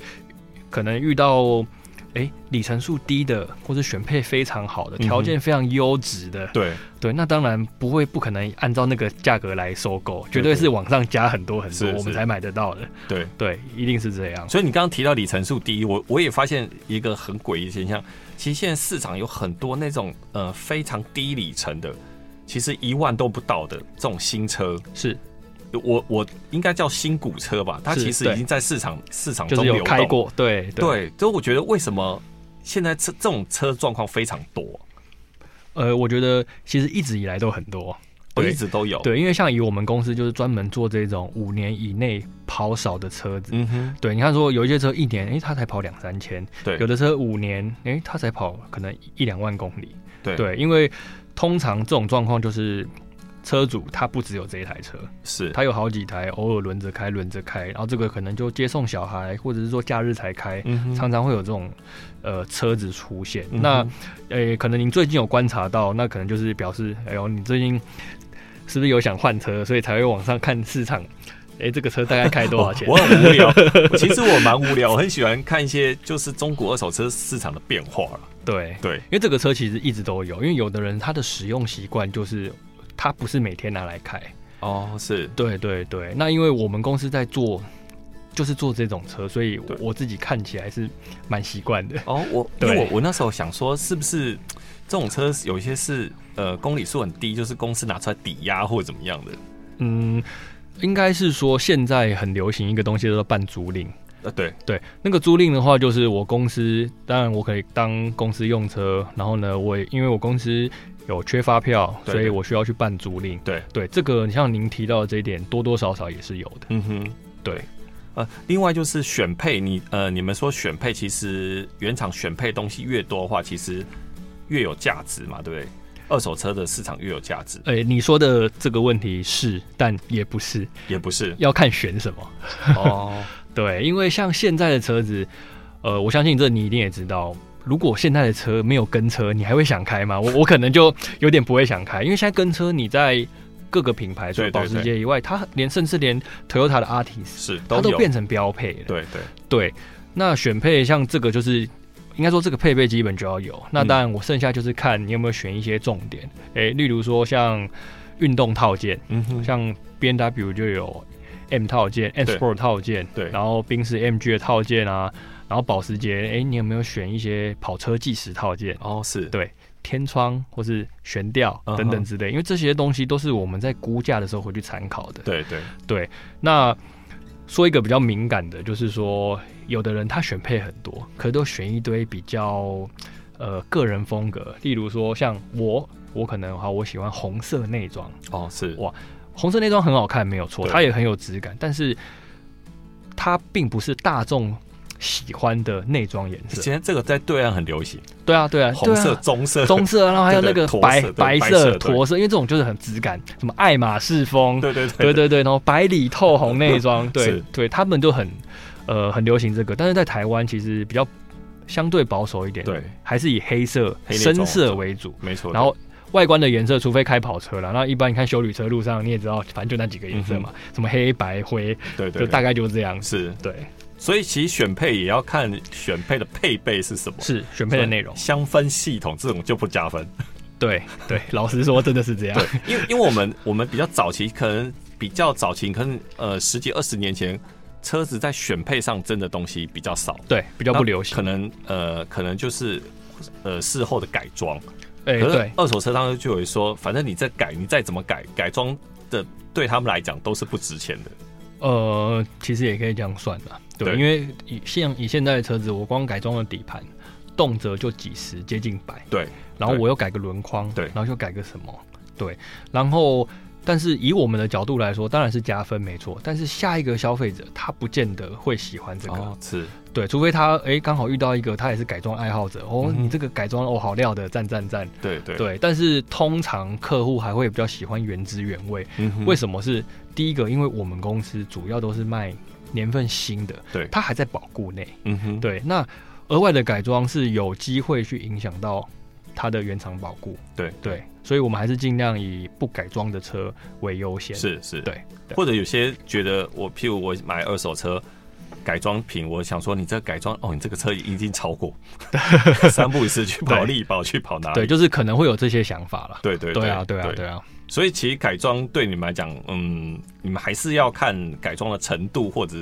S4: 可能遇到诶里程数低的，或者选配非常好的，
S3: 嗯哼
S4: 条件非常优质的，
S3: 对，
S4: 对，那当然不会，不可能按照那个价格来收购，绝
S3: 对
S4: 对是往上加很多很多
S3: 是，
S4: 我们
S3: 是
S4: 才买得到的。
S3: 对。
S4: 对，一定是这样。
S3: 所以你刚刚提到里程数低，我我也发现一个很诡异的现象，其实现在市场有很多那种呃非常低里程的，其实一万都不到的这种新车，
S4: 是，
S3: 我我应该叫新古车吧，它
S4: 是
S3: 其实已经在市场市场
S4: 就
S3: 中
S4: 是有
S3: 流
S4: 开
S3: 动。
S4: 过，对对。
S3: 对，所以我觉得为什么现在这这种车状况非常多，
S4: 呃，我觉得其实一直以来都很多。
S3: 我
S4: 对
S3: 一直都有。，
S4: 对，因为像以我们公司就是专门做这种五年以内跑少的车子。
S3: 嗯哼，
S4: 对，你看说有一些车一年，诶、它才跑两三千；
S3: 对，
S4: 有的车五年，诶、它才跑可能一两万公里。
S3: 对
S4: 对，因为通常这种状况就是车主他不只有这一台车，
S3: 是，
S4: 他有好几台，偶尔轮着开，轮着开，然后这个可能就接送小孩，或者是说假日才开，
S3: 嗯哼
S4: 常常会有这种呃车子出现。
S3: 嗯哼
S4: 那呃，可能您最近有观察到，那可能就是表示，哎呦，你最近是不是有想换车，所以才会往上看市场，哎，这个车大概开多少 钱
S3: 哦我？很无聊，其实我蛮无聊，我很喜欢看一些就是中国二手车市场的变化了。
S4: 对，
S3: 对，
S4: 因为这个车其实一直都有，因为有的人他的使用习惯就是他不是每天拿来开。
S3: 哦，是，
S4: 对对对，那因为我们公司在做，就是做这种车，所以我
S3: 对
S4: 我自己看起来是蛮习惯的。
S3: 哦，我因
S4: 对
S3: 为我我那时候想说，是不是这种车有一些是呃公里数很低，就是公司拿出来抵押或者怎么样的？
S4: 嗯，应该是说现在很流行一个东西叫做办租赁。
S3: 呃，对，
S4: 对，那个租赁的话，就是我公司，当然我可以当公司用车，然后呢，我也因为我公司有缺发票，
S3: 对
S4: 所以我需要去办租赁。
S3: 对
S4: 对，这个你像您提到的这一点，多多少少也是有的。
S3: 嗯哼，
S4: 对，
S3: 呃，另外就是选配，你呃，你们说选配，其实原厂选配东西越多的话，其实越有价值嘛，对不对？二手车的市场越有价值，
S4: 哎、你说的这个问题是，但也不是，
S3: 也不是
S4: 要看选什么。
S3: 哦，
S4: 对，因为像现在的车子，呃，我相信这你一定也知道。如果现在的车没有跟车，你还会想开吗？我我可能就有点不会想开，因为现在跟车你在各个品牌，除
S3: 对对
S4: 了保时捷以外，它连甚至连 Toyota 的 Artis，
S3: 是
S4: 它
S3: 都
S4: 都
S3: 有，
S4: 变成标配了。
S3: 对对，
S4: 对，那选配像这个就是。应该说这个配备基本就要有，那
S3: 嗯
S4: 当然我剩下就是看你有没有选一些重点，诶、例如说像运动套件，
S3: 嗯哼，
S4: 像 B N W 就有 M 套件、M
S3: 对
S4: Sport 套件，
S3: 对
S4: 然后宾士 M G 的套件啊，然后保时捷，哎、你有没有选一些跑车计时套件、
S3: 哦是，
S4: 对天窗或是悬吊
S3: 嗯哼
S4: 等等之类因为这些东西都是我们在估价的时候回去参考的。
S3: 对对，
S4: 那说一个比较敏感的，就是说有的人他选配很多，可是都选一堆比较呃个人风格，例如说像我，我可能哈我喜欢红色内装。
S3: 哦是，
S4: 哇红色那装很好看，没有错，
S3: 对
S4: 它也很有质感，但是它并不是大众喜欢的内装颜色。
S3: 现在这个在对岸很流行，
S4: 对啊，对啊，
S3: 红色、
S4: 对啊
S3: 棕 色、
S4: 棕，色啊，然后还有那
S3: 对对
S4: 个
S3: 驼
S4: 白
S3: 色对
S4: 白
S3: 白
S4: 色、
S3: 色对
S4: 驼色，因为这种就是很质感，什么爱马仕风，
S3: 对对
S4: 对
S3: 对
S4: 对对，然后白里透红内装，对
S3: 是
S4: 对，他们就很呃很流行这个，但是在台湾其实比较相对保守一点，，
S3: 对，
S4: 还是以黑色、
S3: 黑内装
S4: 深色为主，
S3: 没错。
S4: 然后外观的颜色，除非开跑车了，那一般你看修理车路嗯上你也知道，反正就那几个颜色嘛，什么黑白灰，
S3: 对对
S4: 就
S3: 对，
S4: 大
S3: 概
S4: 概就是这样子。
S3: 是
S4: 对，
S3: 所以其实选配也要看选配的配备是什么，
S4: 是选配的内容。
S3: 香氛系统这种就不加分。
S4: 对 对，老实说，真的是这样。
S3: 因为因为我们我们比较早期，可能比较早期，可能呃十几二十年前，车子在选配上真的东西比较少，
S4: 对，比较不流行
S3: 可。能呃可能就是呃事后的改装。
S4: 哎，
S3: 可
S4: 对
S3: 是，二手车当时就有说，反正你再改，你再怎么改，改装的对他们来讲都是不值钱的。
S4: 呃，其实也可以这样算啦。对，
S3: 对
S4: 因为以像以现在的车子，我光改装了底盘，动辄就几十，接近百。
S3: 对，
S4: 然后
S3: 对
S4: 我又改个轮框，
S3: 对
S4: 然后又改个什么，对，然后但是以我们的角度来说，当然是加分没错，但是下一个消费者他不见得会喜欢这个，
S3: 哦是，
S4: 对，除非他哎刚好遇到一个他也是改装爱好者，哦，
S3: 嗯哼
S4: 你这个改装哦好料的，赞赞赞，
S3: 对对，
S4: 对，但是通常客户还会比较喜欢原汁原味，
S3: 嗯哼
S4: 为什么是第一个？因为我们公司主要都是卖年份新的，
S3: 对
S4: 它还在保固内，
S3: 嗯哼，
S4: 对，那额外的改装是有机会去影响到它的原厂保固。
S3: 对
S4: 对，所以我们还是尽量以不改装的车为优先。，
S3: 是是，
S4: 对对
S3: 或者有些觉得我，譬如我买二手车改装品，我想说你这改装哦，你这个车已经超 过，三步一次去跑
S4: 对
S3: 力宝，去跑哪里？
S4: 对，就是可能会有这些想法了。
S3: 啊对对
S4: 对啊，对啊，对啊，
S3: 所以其实改装对你们来讲，嗯，你们还是要看改装的程度或者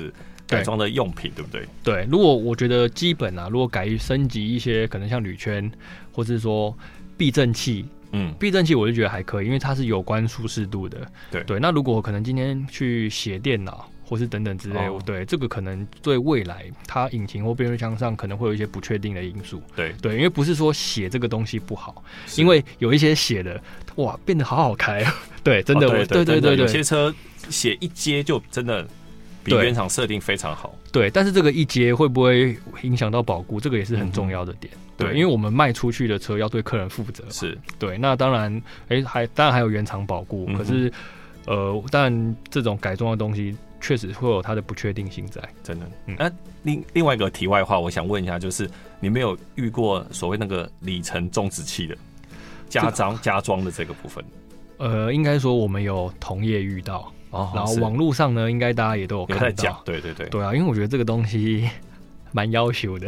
S3: 改装的用品，对不对？
S4: 对。如果我觉得基本啊，如果改升级一些，可能像铝圈，或是说避震器，
S3: 嗯，
S4: 避震器我就觉得还可以，因为它是有关舒适度的。
S3: 对
S4: 对，那如果我可能今天去写电脑或是等等之类，
S3: 哦
S4: 对这个可能对未来它引擎或变速箱上可能会有一些不确定的因素。
S3: 对，
S4: 对，因为不是说写这个东西不好，
S3: 是
S4: 因为有一些写的哇变得好好开啊。 对，真的，
S3: 哦
S4: 我对对
S3: 真的
S4: 对
S3: 有
S4: 对
S3: 些车写一阶就真的比
S4: 对
S3: 原厂设定非常好。
S4: 对，但是这个一阶会不会影响到保固，这个也是很重要的点。对，
S3: 嗯对
S4: 因为我们卖出去的车要对客人负责嘛。
S3: 是，
S4: 对，那当然，哎、还当然还有原厂保固，
S3: 嗯哼
S4: 可是，呃，但这种改装的东西确实会有它的不确定性在。
S3: 真的。
S4: 嗯
S3: 那、另另外一个题外话，我想问一下，就是你们有遇过所谓那个里程终止器的加装加装的这个部分？
S4: 呃，应该说我们有同业遇到，
S3: 哦
S4: 然后
S3: 是
S4: 网络上呢，应该大家也都有
S3: 有
S4: 看
S3: 在
S4: 到
S3: 讲，。对对对，
S4: 对啊，因为我觉得这个东西 蛮要 求的。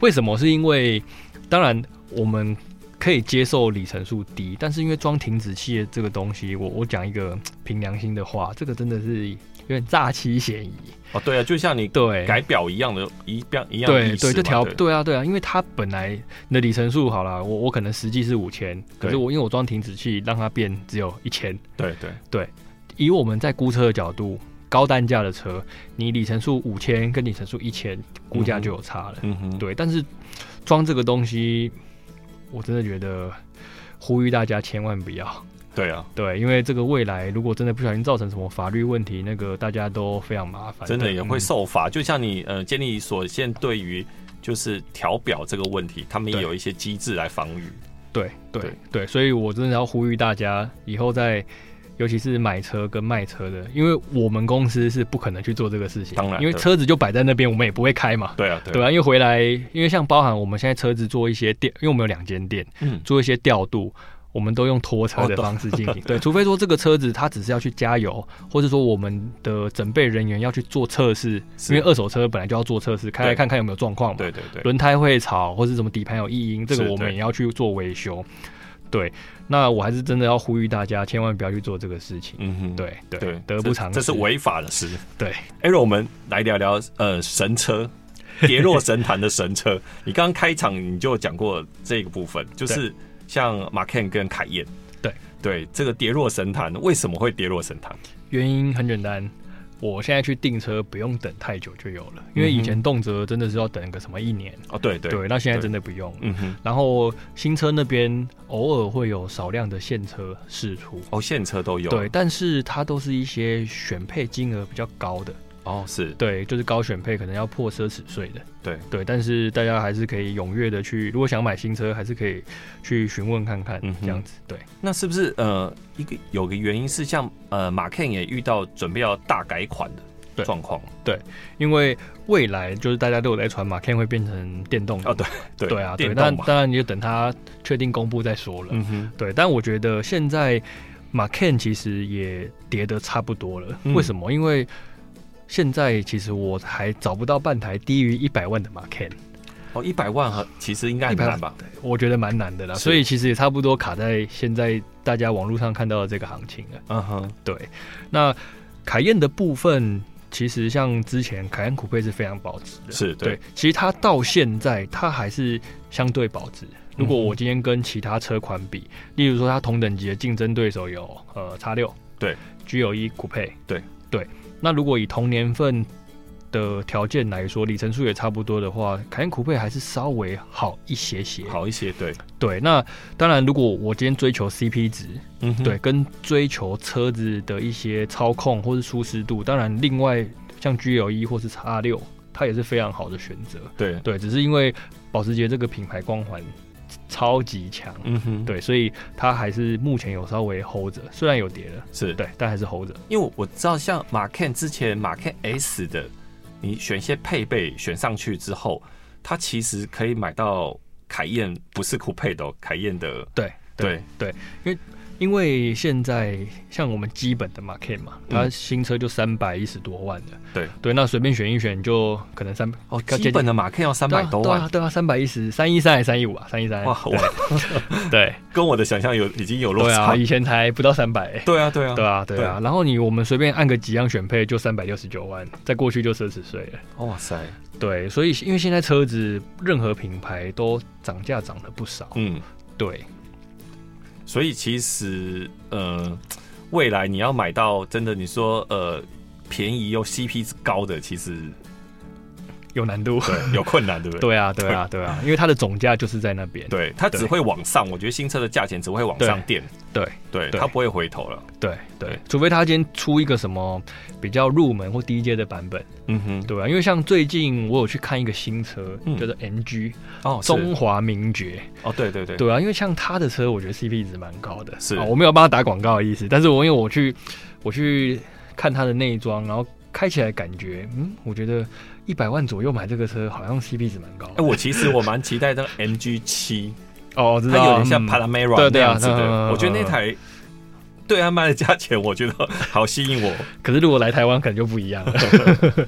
S4: 为什么？是因为当然我们可以接受里程数低，但是因为装停止器的这个东西，我我讲一个凭良心的话，这个真的是有点诈欺嫌疑。
S3: 哦对啊，就像你
S4: 对，
S3: 改表一样的，一样一样的
S4: 对
S3: 意思嘛
S4: 对，就调
S3: 对
S4: 对啊对啊，因为它本来你的里程数好了，我我可能实际是五千，可是
S3: 对
S4: 我因为我装停止器，让它变只有一千。
S3: 对对，
S4: 以我们在估车的角度，高单价的车，你里程数五千跟里程数一千，估价
S3: 嗯哼
S4: 就有差了。
S3: 嗯哼，
S4: 对，但是装这个东西，我真的觉得呼吁大家千万不要。
S3: 对啊，
S4: 对，因为这个未来如果真的不小心造成什么法律问题，那个大家都非常麻烦。
S3: 真的也会
S4: 嗯
S3: 受罚。就像你呃，监理所现对于就是调表这个问题，他们也
S4: 对
S3: 有一些机制来防御。
S4: 对对
S3: 对
S4: 对，所以我真的要呼吁大家，以后在尤其是买车跟卖车的，因为我们公司是不可能去做这个事情，
S3: 当然
S4: 因为
S3: 对
S4: 车子就摆在那边，我们也不会开嘛。
S3: 对啊，对
S4: 对啊，因为回来，因为像包含我们现在车子做一些调，因为我们有两间店，
S3: 嗯，
S4: 做一些调度，我们都用拖车
S3: 哦
S4: 的
S3: 懂
S4: 方式进行。 对，除非说这个车子它只是要去加油，或者说我们的整备人员要去做测试，
S3: 是
S4: 因为二手车本来就要做测试，开来
S3: 对
S4: 看看有没有状况嘛。
S3: 对对对，
S4: 轮胎会吵或是什么底盘有异音，这个
S3: 是
S4: 我们
S3: 对
S4: 也要去做维修。对，那我还是真的要呼吁大家，千万不要去做这个事情。
S3: 嗯哼，
S4: 对对
S3: 对，
S4: 得不偿
S3: 这，这是
S4: 失
S3: 违法的事。
S4: 对，
S3: 艾瑞，我们来聊聊呃神 车，跌落神坛的神车。你刚刚开场你就讲过这个部分，就是像马 Ken 跟凯燕，
S4: 对
S3: 对，这个跌落神坛为什么会跌落神坛？
S4: 原因很简单。我现在去订车不用等太久就有了，因为以前动辄真的是要等个什么一年，
S3: 哦，嗯对对，
S4: 对，那现在真的不用了。
S3: 嗯哼，
S4: 然后新车那边偶尔会有少量的现车试出，
S3: 哦，现车都有，
S4: 对，，但是它都是一些选配金额比较高的，
S3: 哦是，
S4: 对，就是高选配可能要破奢侈税的，
S3: 对
S4: 对，但是大家还是可以踊跃的去，如果想买新车，还是可以去询问看看
S3: 嗯哼
S4: 这样子，对，
S3: 那是不是呃一个有个原因是像呃马 Ken 也遇到准备要大改款的
S4: 对
S3: 状况？
S4: 因为未来就是大家都有在传嘛，Can 会变成电动的
S3: 哦对
S4: 对啊，对，
S3: 电
S4: 但
S3: 动嘛，
S4: 当然你就等它确定公布再说了，
S3: 嗯哼，
S4: 对，但我觉得现在马 Ken 其实也跌得差不多了。
S3: 嗯
S4: 为什么？因为现在其实我还找不到半台低于一百万的 Macan，
S3: 哦，一百万和其实应该很难吧？
S4: 我觉得蛮难的啦，
S3: 是
S4: 所以其实也差不多卡在现在大家网络上看到的这个行情了。
S3: 嗯哼，
S4: 对，那凯宴的部分，其实像之前凯宴酷配是非常保值的，
S3: 是
S4: 对
S3: 对，，
S4: 其实它到现在它还是相对保值。如果我今天跟其他车款比，例如说它同等级的竞争对手有呃叉六，
S3: 对
S4: ，G 有一酷配，
S3: 对
S4: 对。那如果以同年份的条件来说，里程数也差不多的话，凯宴酷配还是稍微好一些些。
S3: 好一些，对，
S4: 对，那当然，如果我今天追求 CP 值，
S3: 嗯哼
S4: 对，，跟追求车子的一些操控或是舒适度，当然，另外像 G L 一或是 X 六，它也是非常好的选择。
S3: 对，
S4: 对，只是因为保时捷这个品牌光环超级强，
S3: 嗯哼，，
S4: 对，所以它还是目前有稍微 hold 着，虽然有跌了，
S3: 是，
S4: 对，但还是 hold 着。
S3: 因为我知道像马 Ken 之前马 Ken S 的，你选一些配备选上去之后，它其实可以买到凯宴，不是酷配的、哦，凯宴的，
S4: 对
S3: 对，
S4: 因为现在像我们基本的 Macan 嘛，它
S3: 嗯
S4: 新车就三百一十多万的，
S3: 对
S4: 对，那随便选一选就可能三
S3: 哦，
S4: 接近
S3: 基本的马 Ken 要三百多
S4: 对
S3: 万，
S4: 啊，对啊，三百一十三一三还三一五啊，三一三
S3: 哇，我
S4: 对。
S3: 跟我的想象有已经有落
S4: 对
S3: 差
S4: 啊，，以前才不到三百、
S3: 对啊，对啊，
S4: 对啊，对啊
S3: 对。
S4: 然后你我们随便按个几样选配就三百六十九万，再过去就奢侈税了。
S3: 哇塞，
S4: 对，所以因为现在车子任何品牌都涨价涨了不少。
S3: 嗯，
S4: 对，
S3: 所以其实呃，未来你要买到真的，你说呃。便宜又 CP 值高的，其实
S4: 有难度。
S3: 对有困难，对不对？
S4: 对啊，对啊，对啊，因为它的总价就是在那边。
S3: 对，它只会往上。我觉得新车的价钱只会往上垫，
S4: 对
S3: 对，
S4: 对
S3: 它不会回头了。
S4: 对对
S3: 对，
S4: 除非它今天出一个什么比较入门或低阶的版本，
S3: 嗯哼，
S4: 对啊，因为像最近我有去看一个新车，
S3: 嗯
S4: 叫做 MG
S3: 哦，是
S4: 中华名爵，
S3: 哦，对对对，
S4: 对啊，因为像他的车，我觉得 CP 值蛮高的。
S3: 是
S4: 啊我没有帮他打广告的意思，但是我因为我去我去看他的内装，然后开起来感觉，嗯，我觉得一百万左右买这个车，好像 CP 值蛮高
S3: 哎、
S4: 的。
S3: 我其实我蛮期待那个 MG 七，
S4: 哦，我知
S3: 它
S4: 道，
S3: 有点像
S4: 嗯
S3: Panamera
S4: 对
S3: 那
S4: 对啊
S3: 样子的，
S4: 嗯嗯嗯
S3: 我觉得那台。对它卖的价钱，我觉得好吸引我。
S4: 可是如果来台湾，可能就不一样了。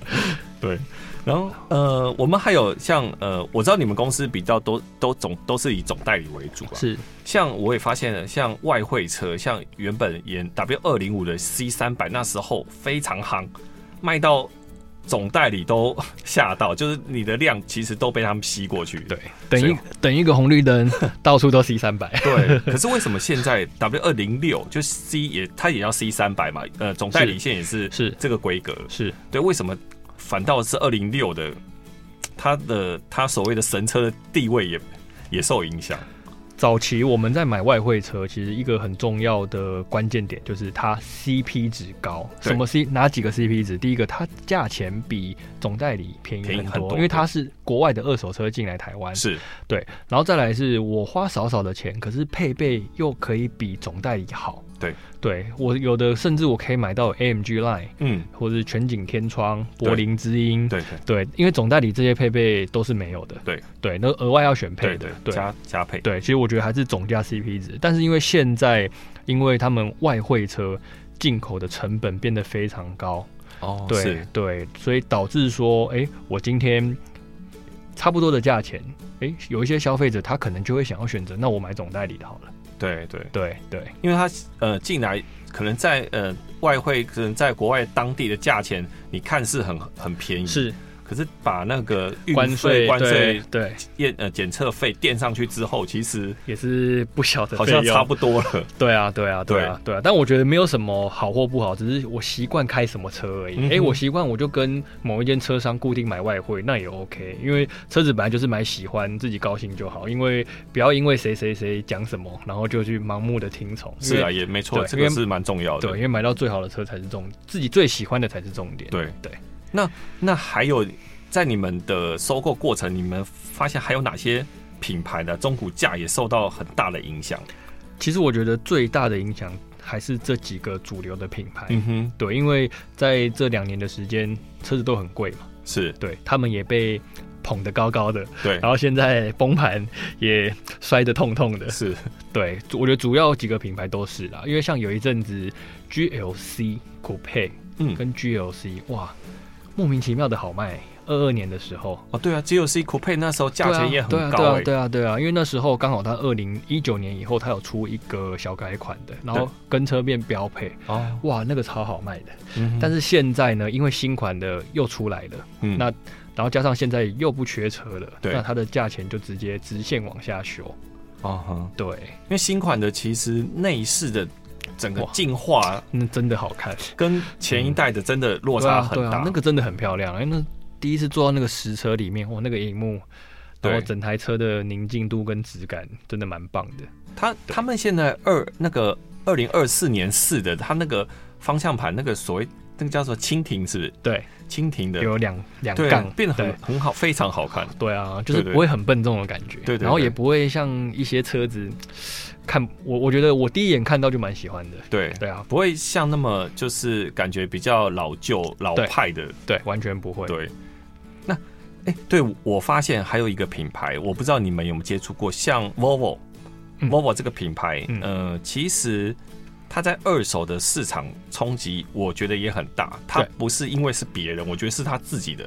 S3: 然后，呃，我们还有像呃，我知道你们公司比较多，都总都是以总代理为主啊。
S4: 是，
S3: 像我也发现了，像外汇车，像原本演 W 二零五的 C 三百，那时候非常夯，卖到总代理都吓到，就是你的量其实都被他们吸过去。
S4: 对，等
S3: 所
S4: 一
S3: 以
S4: 等一个红绿 灯，到处都 C 三百。
S3: 对，可是为什么现在 W 二零六就 C 也它也要 C 三百嘛？呃，总代理线也是
S4: 是
S3: 这个规格。
S4: 是，
S3: 对，为什么反倒是二零六的，它的它所谓的神车的地位也也受影响？
S4: 早期我们在买外汇车，其实一个很重要的关键点就是它 CP 值高。
S3: 对
S4: 什么 C 哪几个 CP 值？第一个，它价钱比总代理便宜
S3: 便宜
S4: 很
S3: 很
S4: 多，
S3: 多
S4: 因为它是国外的二手车进来台湾。
S3: 是
S4: 对，然后再来是我花少少的钱，可是配备又可以比总代理好。
S3: 对，
S4: 对我有的甚至我可以买到 AMG Line
S3: 嗯，
S4: 或是全景天窗、
S3: 对
S4: 柏林之音。
S3: 对对
S4: 对，因为总代理这些配备都是没有的。
S3: 对
S4: 对，那额外要选
S3: 对
S4: 配的
S3: 对。
S4: 对，
S3: 加加配
S4: 对，其实我觉得还是总价 CP 值，但是因为现在因为他们外汇车进口的成本变得非常高，
S3: 哦
S4: 对
S3: 是
S4: 对，所以导致说，哎、我今天差不多的价钱，哎、有一些消费者他可能就会想要选择，那我买总代理的好了。
S3: 对对。
S4: 对对
S3: 因为它呃进来可能在呃外汇，可能在国外当地的价钱，你看似很很便宜，，可是把那个嗯运
S4: 关
S3: 费、
S4: 税
S3: 关税
S4: 对、对，
S3: 验呃检测费垫上去之后，其实
S4: 也是不小的
S3: 好
S4: 费
S3: 像
S4: 用
S3: 差不多了。
S4: 对啊，对啊，对啊，对啊。但我觉得没有什么好或不好，只是我习惯开什么车而已。哎、
S3: 嗯哼
S4: 我习惯我就跟某一间车商固定买外汇，那也 OK。因为车子本来就是买喜欢，自己高兴就好。因为不要因为谁谁谁讲什么，然后就去盲目的听从。
S3: 是啊，
S4: 因为，
S3: 也没错，
S4: 对
S3: 这
S4: 因
S3: 个
S4: 为
S3: 是蛮重要的。
S4: 对，因为买到最好的车才是重，自己最喜欢的才是重点。
S3: 对
S4: 对。
S3: 那那还有呃在你们的收购过程，你们发现还有哪些品牌的中古价也受到很大的影响？
S4: 其实我觉得最大的影响还是这几个主流的品牌。
S3: 嗯哼，
S4: 对，因为在这两年的时间，车子都很贵嘛，
S3: 是
S4: 对他们也被捧得高高的。
S3: 对
S4: 然，后现在崩盘也摔得痛痛的。
S3: 是
S4: 对，我觉得主要几个品牌都是啦，因为像有一阵子 GLC 酷配，
S3: 嗯
S4: 跟 GLC 哇，莫名其妙的好卖。二二年的时候，
S3: 哦，对啊，GLC Coupe 那时候价钱也很
S4: 对啊
S3: 高
S4: 对啊
S3: 哎、
S4: 对啊对啊，因为那时候刚好它二零一九年以后，它有出一个小改款的，然后
S3: 对
S4: 跟车变标配，
S3: 哦，
S4: 哇，那个超好卖的。
S3: 嗯
S4: 但
S3: 是
S4: 是现在呢，因为新款的又出来了，
S3: 嗯
S4: 那然后加上现在又不缺车了，
S3: 对
S4: 那它的价钱就直接直线往下修。
S3: 哦哼，
S4: 对，
S3: 因为新款的其实内饰的整个
S4: 哇
S3: 进化
S4: 那真的好看，
S3: 跟前一代的真的落
S4: 对
S3: 差
S4: 啊
S3: 很
S4: 对
S3: 大，
S4: 啊，那个真的很漂亮。哎，那第一次坐到那个实车里面，哇，那个荧幕，然
S3: 对
S4: 后整台车的宁静度跟质感真的蛮棒的。
S3: 他他们现在二那个二零二四年四的，他那个方向盘那个所谓那个叫做蜻蜓，是不是？
S4: 对，
S3: 蜻蜓的，
S4: 有两两
S3: 对
S4: 杠，，
S3: 变得很
S4: 对
S3: 很好，非常好看。
S4: 对啊，就是
S3: 对对
S4: 不会很笨重的感觉，
S3: 对对对
S4: 然后也不会像一些车子，看我我觉得我第一眼看到就蛮喜欢的，
S3: 对，
S4: 对啊，
S3: 不会像那么就是感觉比较老旧老
S4: 对
S3: 派的。
S4: 对，完全不会，
S3: 对，那哎、对我发现还有一个品牌，我不知道你们有没有接触过，像 Volvo、
S4: 嗯
S3: Volvo 这个品牌，
S4: 嗯
S3: 呃，其实。它在二手的市场冲击，我觉得也很大。它
S4: 对
S3: 不是因为是别人，我觉得是它自己的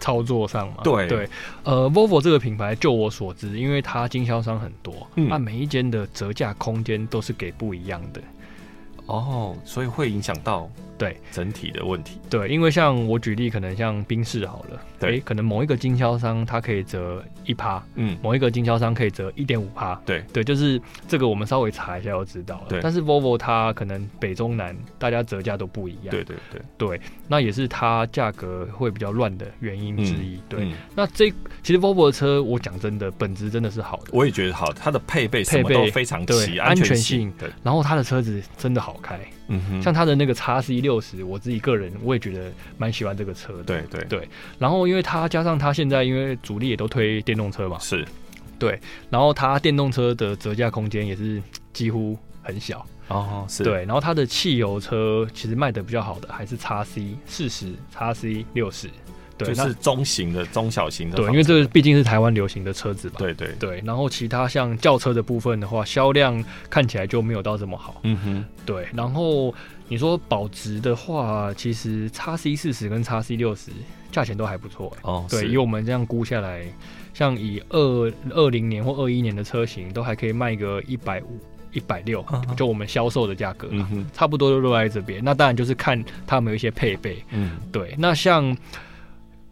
S4: 操作上嘛，
S3: 对
S4: 对，呃，Volvo 这个品牌，就我所知，因为它经销商很多，
S3: 嗯
S4: 那、每一间的折价空间都是给不一样的，
S3: 哦，所以会影响到
S4: 对
S3: 整体的问题。
S4: 对，因为像我举例，可能像宾士好了，
S3: 对
S4: 诶可能某一个经销商它可以折一趴，
S3: 嗯，
S4: 某一个经销商可以折一点五趴，
S3: 对
S4: 对，就是这个我们稍微查一下就知道了。
S3: 对
S4: 但是 Volvo 它可能北中南大家折价都不一样，
S3: 对对对，
S4: 对那也是它价格会比较乱的原因之一。对，
S3: 嗯
S4: 那这其实 Volvo 的车，我讲真的，本质真的是好的，
S3: 我也觉得好，它的配备什
S4: 配
S3: 么
S4: 备
S3: 都非常齐，
S4: 对
S3: 全
S4: 安全性
S3: 对，
S4: 然后它的车子真的好开，
S3: 嗯哼，
S4: 像它的那个 x C 六十，我自己个人我也觉得蛮喜欢这个车的。
S3: 对对
S4: 对然后因为它加上它现在因为主力也都推电动车嘛，
S3: 是
S4: 然后它电动车的折价空间也是几乎很小。
S3: 哦是，
S4: 对，然后它的汽油车其实卖的比较好的还是 x C 四十、x C 六十，对，
S3: 就
S4: 那
S3: 是中型的、中小型的
S4: 对，
S3: 房
S4: 因为这个毕竟是台湾流行的车子嘛。
S3: 对对，
S4: 对，然后其他像轿车的部分的话，销量看起来就没有到这么好。
S3: 嗯哼，
S4: 对，然后你说保值的话，其实 x C 四十跟 x C 六十价钱都还不错、欸。
S3: 哦
S4: 对，
S3: 是
S4: 以我们这样估下来，像以二二零年或二一年的车型，都还可以卖个一百五、一百六
S3: 嗯哼，
S4: 就我们销售的价格啦
S3: 嗯哼
S4: 差不多就落在这边。那当然就是看它有没有一些配备。
S3: 嗯
S4: 对，那像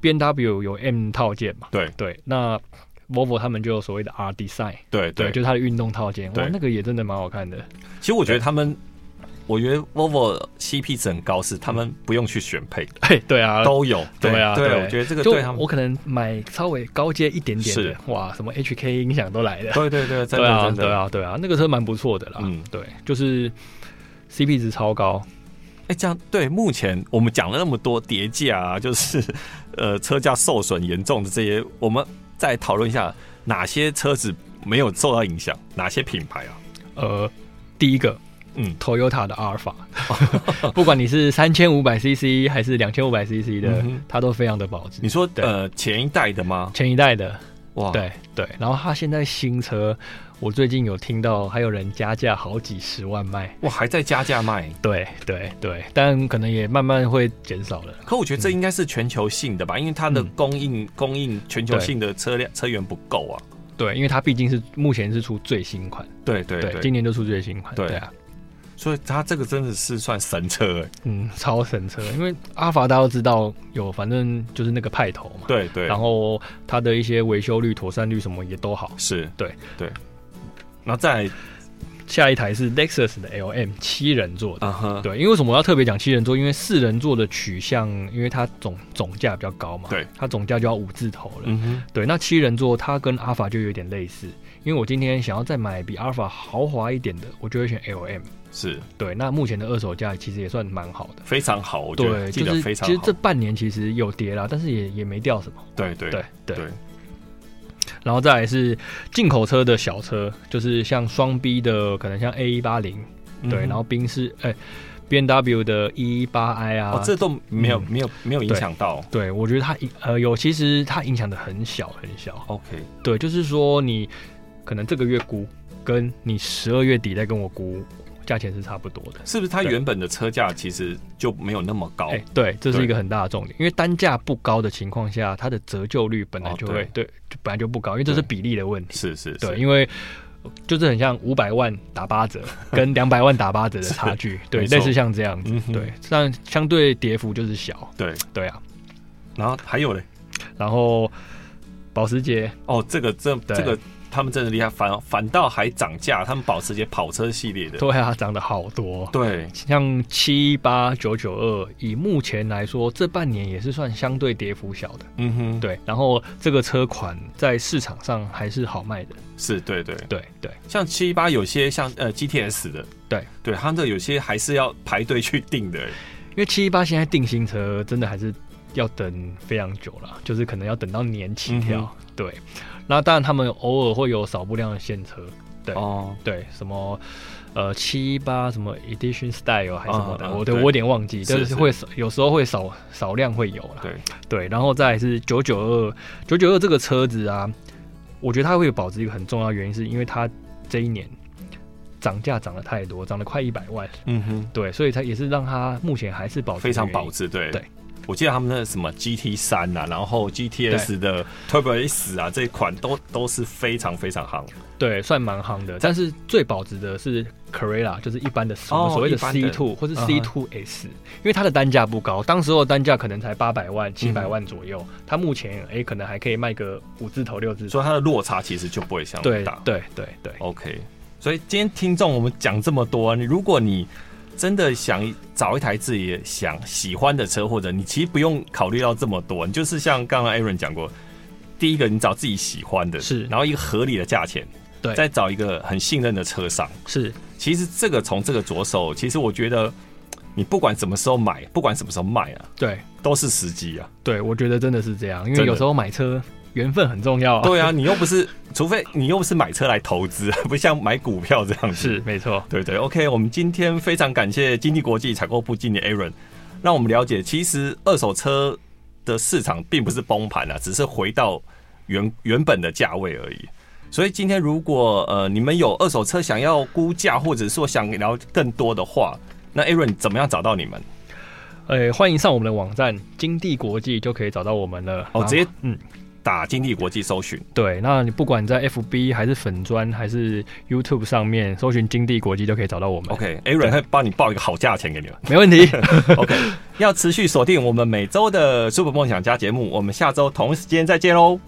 S4: B N W 有 M 套件嘛？
S3: 对
S4: 对，那 Volvo 他们就有所谓的 R Design，
S3: 对
S4: 对，
S3: 对，
S4: 就是它的运动套件，哇
S3: 对，
S4: 那个也真的蛮好看的。
S3: 其实我觉得他们。我觉得 Volvo CP 值很高，是他们不用去选配，
S4: 嘿，对啊，
S3: 都有。
S4: 对啊，
S3: 对，我觉得这个
S4: 就
S3: 对他们
S4: 我，可能买稍微高阶一点点
S3: 是
S4: 的，哇，什么 HK 音响都来了。
S3: 对对对，真
S4: 对
S3: 的
S4: 啊，
S3: 真
S4: 对
S3: 的。
S4: 啊，对啊，那个车蛮不错的啦。
S3: 嗯
S4: 嗯，对，就是 CP 值超高。
S3: 哎，这样对，目前我们讲了那么多叠价啊，就是呃车价受损严重的这些，我们再讨论一下哪些车子没有受到影响，哪些品牌啊？
S4: 呃，第一个，
S3: 嗯
S4: 嗯，Toyota 的阿尔法， 不管你是三千五百 CC 还是两千五百 CC 的
S3: 嗯哼，
S4: 它都非常的保值
S3: 你。说
S4: 对
S3: 呃前一代的吗？
S4: 前一代的，
S3: 哇，，
S4: 对对，然后它现在新车，我最近有听到还有人加价好几十万卖。
S3: 哇还在加价卖，
S4: 对对对，但可能也慢慢会减少了。
S3: 可我觉得这应该是全球性的吧，因为它的
S4: 嗯
S3: 供应供应全球性的车辆车源不够啊。
S4: 对，因为它毕竟是目前是出最新款，
S3: 对对
S4: 对，今年就出最新款，
S3: 对
S4: 对啊，
S3: 所以它这个真的是算神车哎、
S4: 嗯，超神车，因为阿法大家都知道有，反正就是那个派头嘛，
S3: 对对，
S4: 然后它的一些维修率、妥善率什么也都好。
S3: 是，
S4: 对
S3: 对，然后再来
S4: 下一台是 Lexus 的 LM 七人座的。
S3: 啊哈，
S4: 对，因为为什么我要特别讲七人座？因为四人座的取向，因为它总总价比较高嘛，
S3: 对，
S4: 它总价就要五字头了。
S3: 嗯哼，
S4: 对，那七人座它跟阿法就有点类似，因为我今天想要再买比阿法豪华一点的，我就会选 LM。
S3: 是
S4: 对，那目前的二手价其实也算蛮好的。
S3: 非常好，我觉得
S4: 对，
S3: 记
S4: 就
S3: 得
S4: 是
S3: 非常
S4: 其实
S3: 好
S4: 这。半年其实有跌啦，但是也也没掉什么。
S3: 对对
S4: 对对
S3: 对
S4: 然后再来是进口车的小车，就是像双 B 的，可能像 A 一八零，
S3: 嗯
S4: 对，然后宾士哎、B N W 的 E 八 I 啊，
S3: 哦，这都没有
S4: 嗯
S3: 没有没有影响到。
S4: 对我觉得它影呃有，其实它影响的很小很小。
S3: OK，
S4: 对，就是说你可能这个月估，跟你十二月底再跟我估，价钱是差不多的。
S3: 是不是它
S4: 对
S3: 原本的车价其实就没有那么高
S4: 哎、？对，这是
S3: 对
S4: 一个很大的重点，因为单价不高的情况下，它的折旧率本来
S3: 哦
S4: 就会、对就本来就不高，因为这是
S3: 对
S4: 比例的问题。
S3: 是是
S4: 对，
S3: 是，
S4: 因为就是很像五百万打 八折跟两百万打八折的差距，对，
S3: 没错
S4: 类似像这样子
S3: 嗯，哼
S4: 对，但相对跌幅就是小，
S3: 对。
S4: 对啊。
S3: 然后还有嘞，
S4: 然后保时捷，
S3: 哦，这个这
S4: 对
S3: 这个他们真的厉害，反反倒还涨价，他们保时捷跑车系列的，
S4: 对啊，涨得好多。
S3: 对
S4: 像七八九九二，以目前来说，这半年也是算相对跌幅小的，
S3: 嗯哼，
S4: 对。然后这个车款在市场上还是好卖的，
S3: 是，对对，
S4: 对对
S3: 像七八有些像呃 GTS 的，
S4: 对
S3: 对，他们的有些还是要排队去订的，
S4: 因为七一八现在定新车真的还是要等非常久了，就是可能要等到年起跳。
S3: 嗯
S4: 对，那当然他们偶尔会有少部量的现车，对
S3: 哦，
S4: 对，什么呃七一八什么 Edition Style 还是什么的，
S3: 嗯嗯
S4: 我对
S3: 对
S4: 我有点忘记，
S3: 是
S4: 但
S3: 是
S4: 是会少有时候会少少量会有啦。
S3: 对，
S4: 对，然后再来是九九二九九二这个车子啊，我觉得它会有保值一个很重要的原因，是因为它这一年涨价涨得太多，涨了快一百万。
S3: 嗯哼，
S4: 对，所以它也是让它目前还是保值
S3: 非常
S4: 的原因
S3: 保值，对
S4: 对。
S3: 我记得他们那什么 GT 三啊，然后 GTS 的 Turbo S 啊，这一款都都是非常非常夯。
S4: 对，算蛮夯的。但是最保值的是 Carrera，就是一般的我
S3: 哦
S4: 们所谓的
S3: 一般的
S4: C two 或是
S3: 嗯哼
S4: C two S，、因为它的单价不高，当时候的单价可能才八百万、
S3: 嗯
S4: 七百万左右，它目前哎、可能还可以卖个五字头、六字头。
S3: 所以它的落差其实就不会相当
S4: 对
S3: 大。哦
S4: 对对对，
S3: OK，所以今天听众我们讲这么多，你如果你真的想找一台自己想喜欢的车，或者你其实不用考虑到这么多，你就是像刚刚 Aaron 讲过，第一个你找自己喜欢的，
S4: 是
S3: 然后一个合理的价钱，
S4: 对
S3: 再找一个很信任的车商。
S4: 是
S3: 其实这个从这个着手，其实我觉得你不管什么时候买，不管什么时候卖啊，
S4: 对
S3: 都是时机啊。
S4: 对，我觉得真的是这样，因
S3: 真
S4: 为
S3: 的
S4: 有时候买车缘分很重要啊。
S3: 对啊，你又不是，除非你又不是买车来投资，不像买股票这样子。
S4: 是没错，
S3: 对对，OK，我们今天非常感谢经济国际采购部经理 Aaron，让我们了解其实二手车的市场并不是崩盘啊，只是回到原原本的价位而已。所以今天如果呃你们有二手车想要估价，或者说想聊更多的话，那 Aaron 怎么样找到你们？
S4: 呃，欢迎上我们的网站金地国际就可以找到我们了。
S3: 哦，
S4: 然后
S3: 直接
S4: 嗯。
S3: 打经济国际搜寻，
S4: 对，那你不管在 FB 还是粉砖还是 YouTube 上面搜寻金地国际，都可以找到
S3: 哦
S4: 我们。
S3: ，OK，Aaron 会帮你报一个好价钱给你们。
S4: 没问题。
S3: OK，要持续锁定我们每周的 Super 梦想家节目，我们下周同一时间再见喽，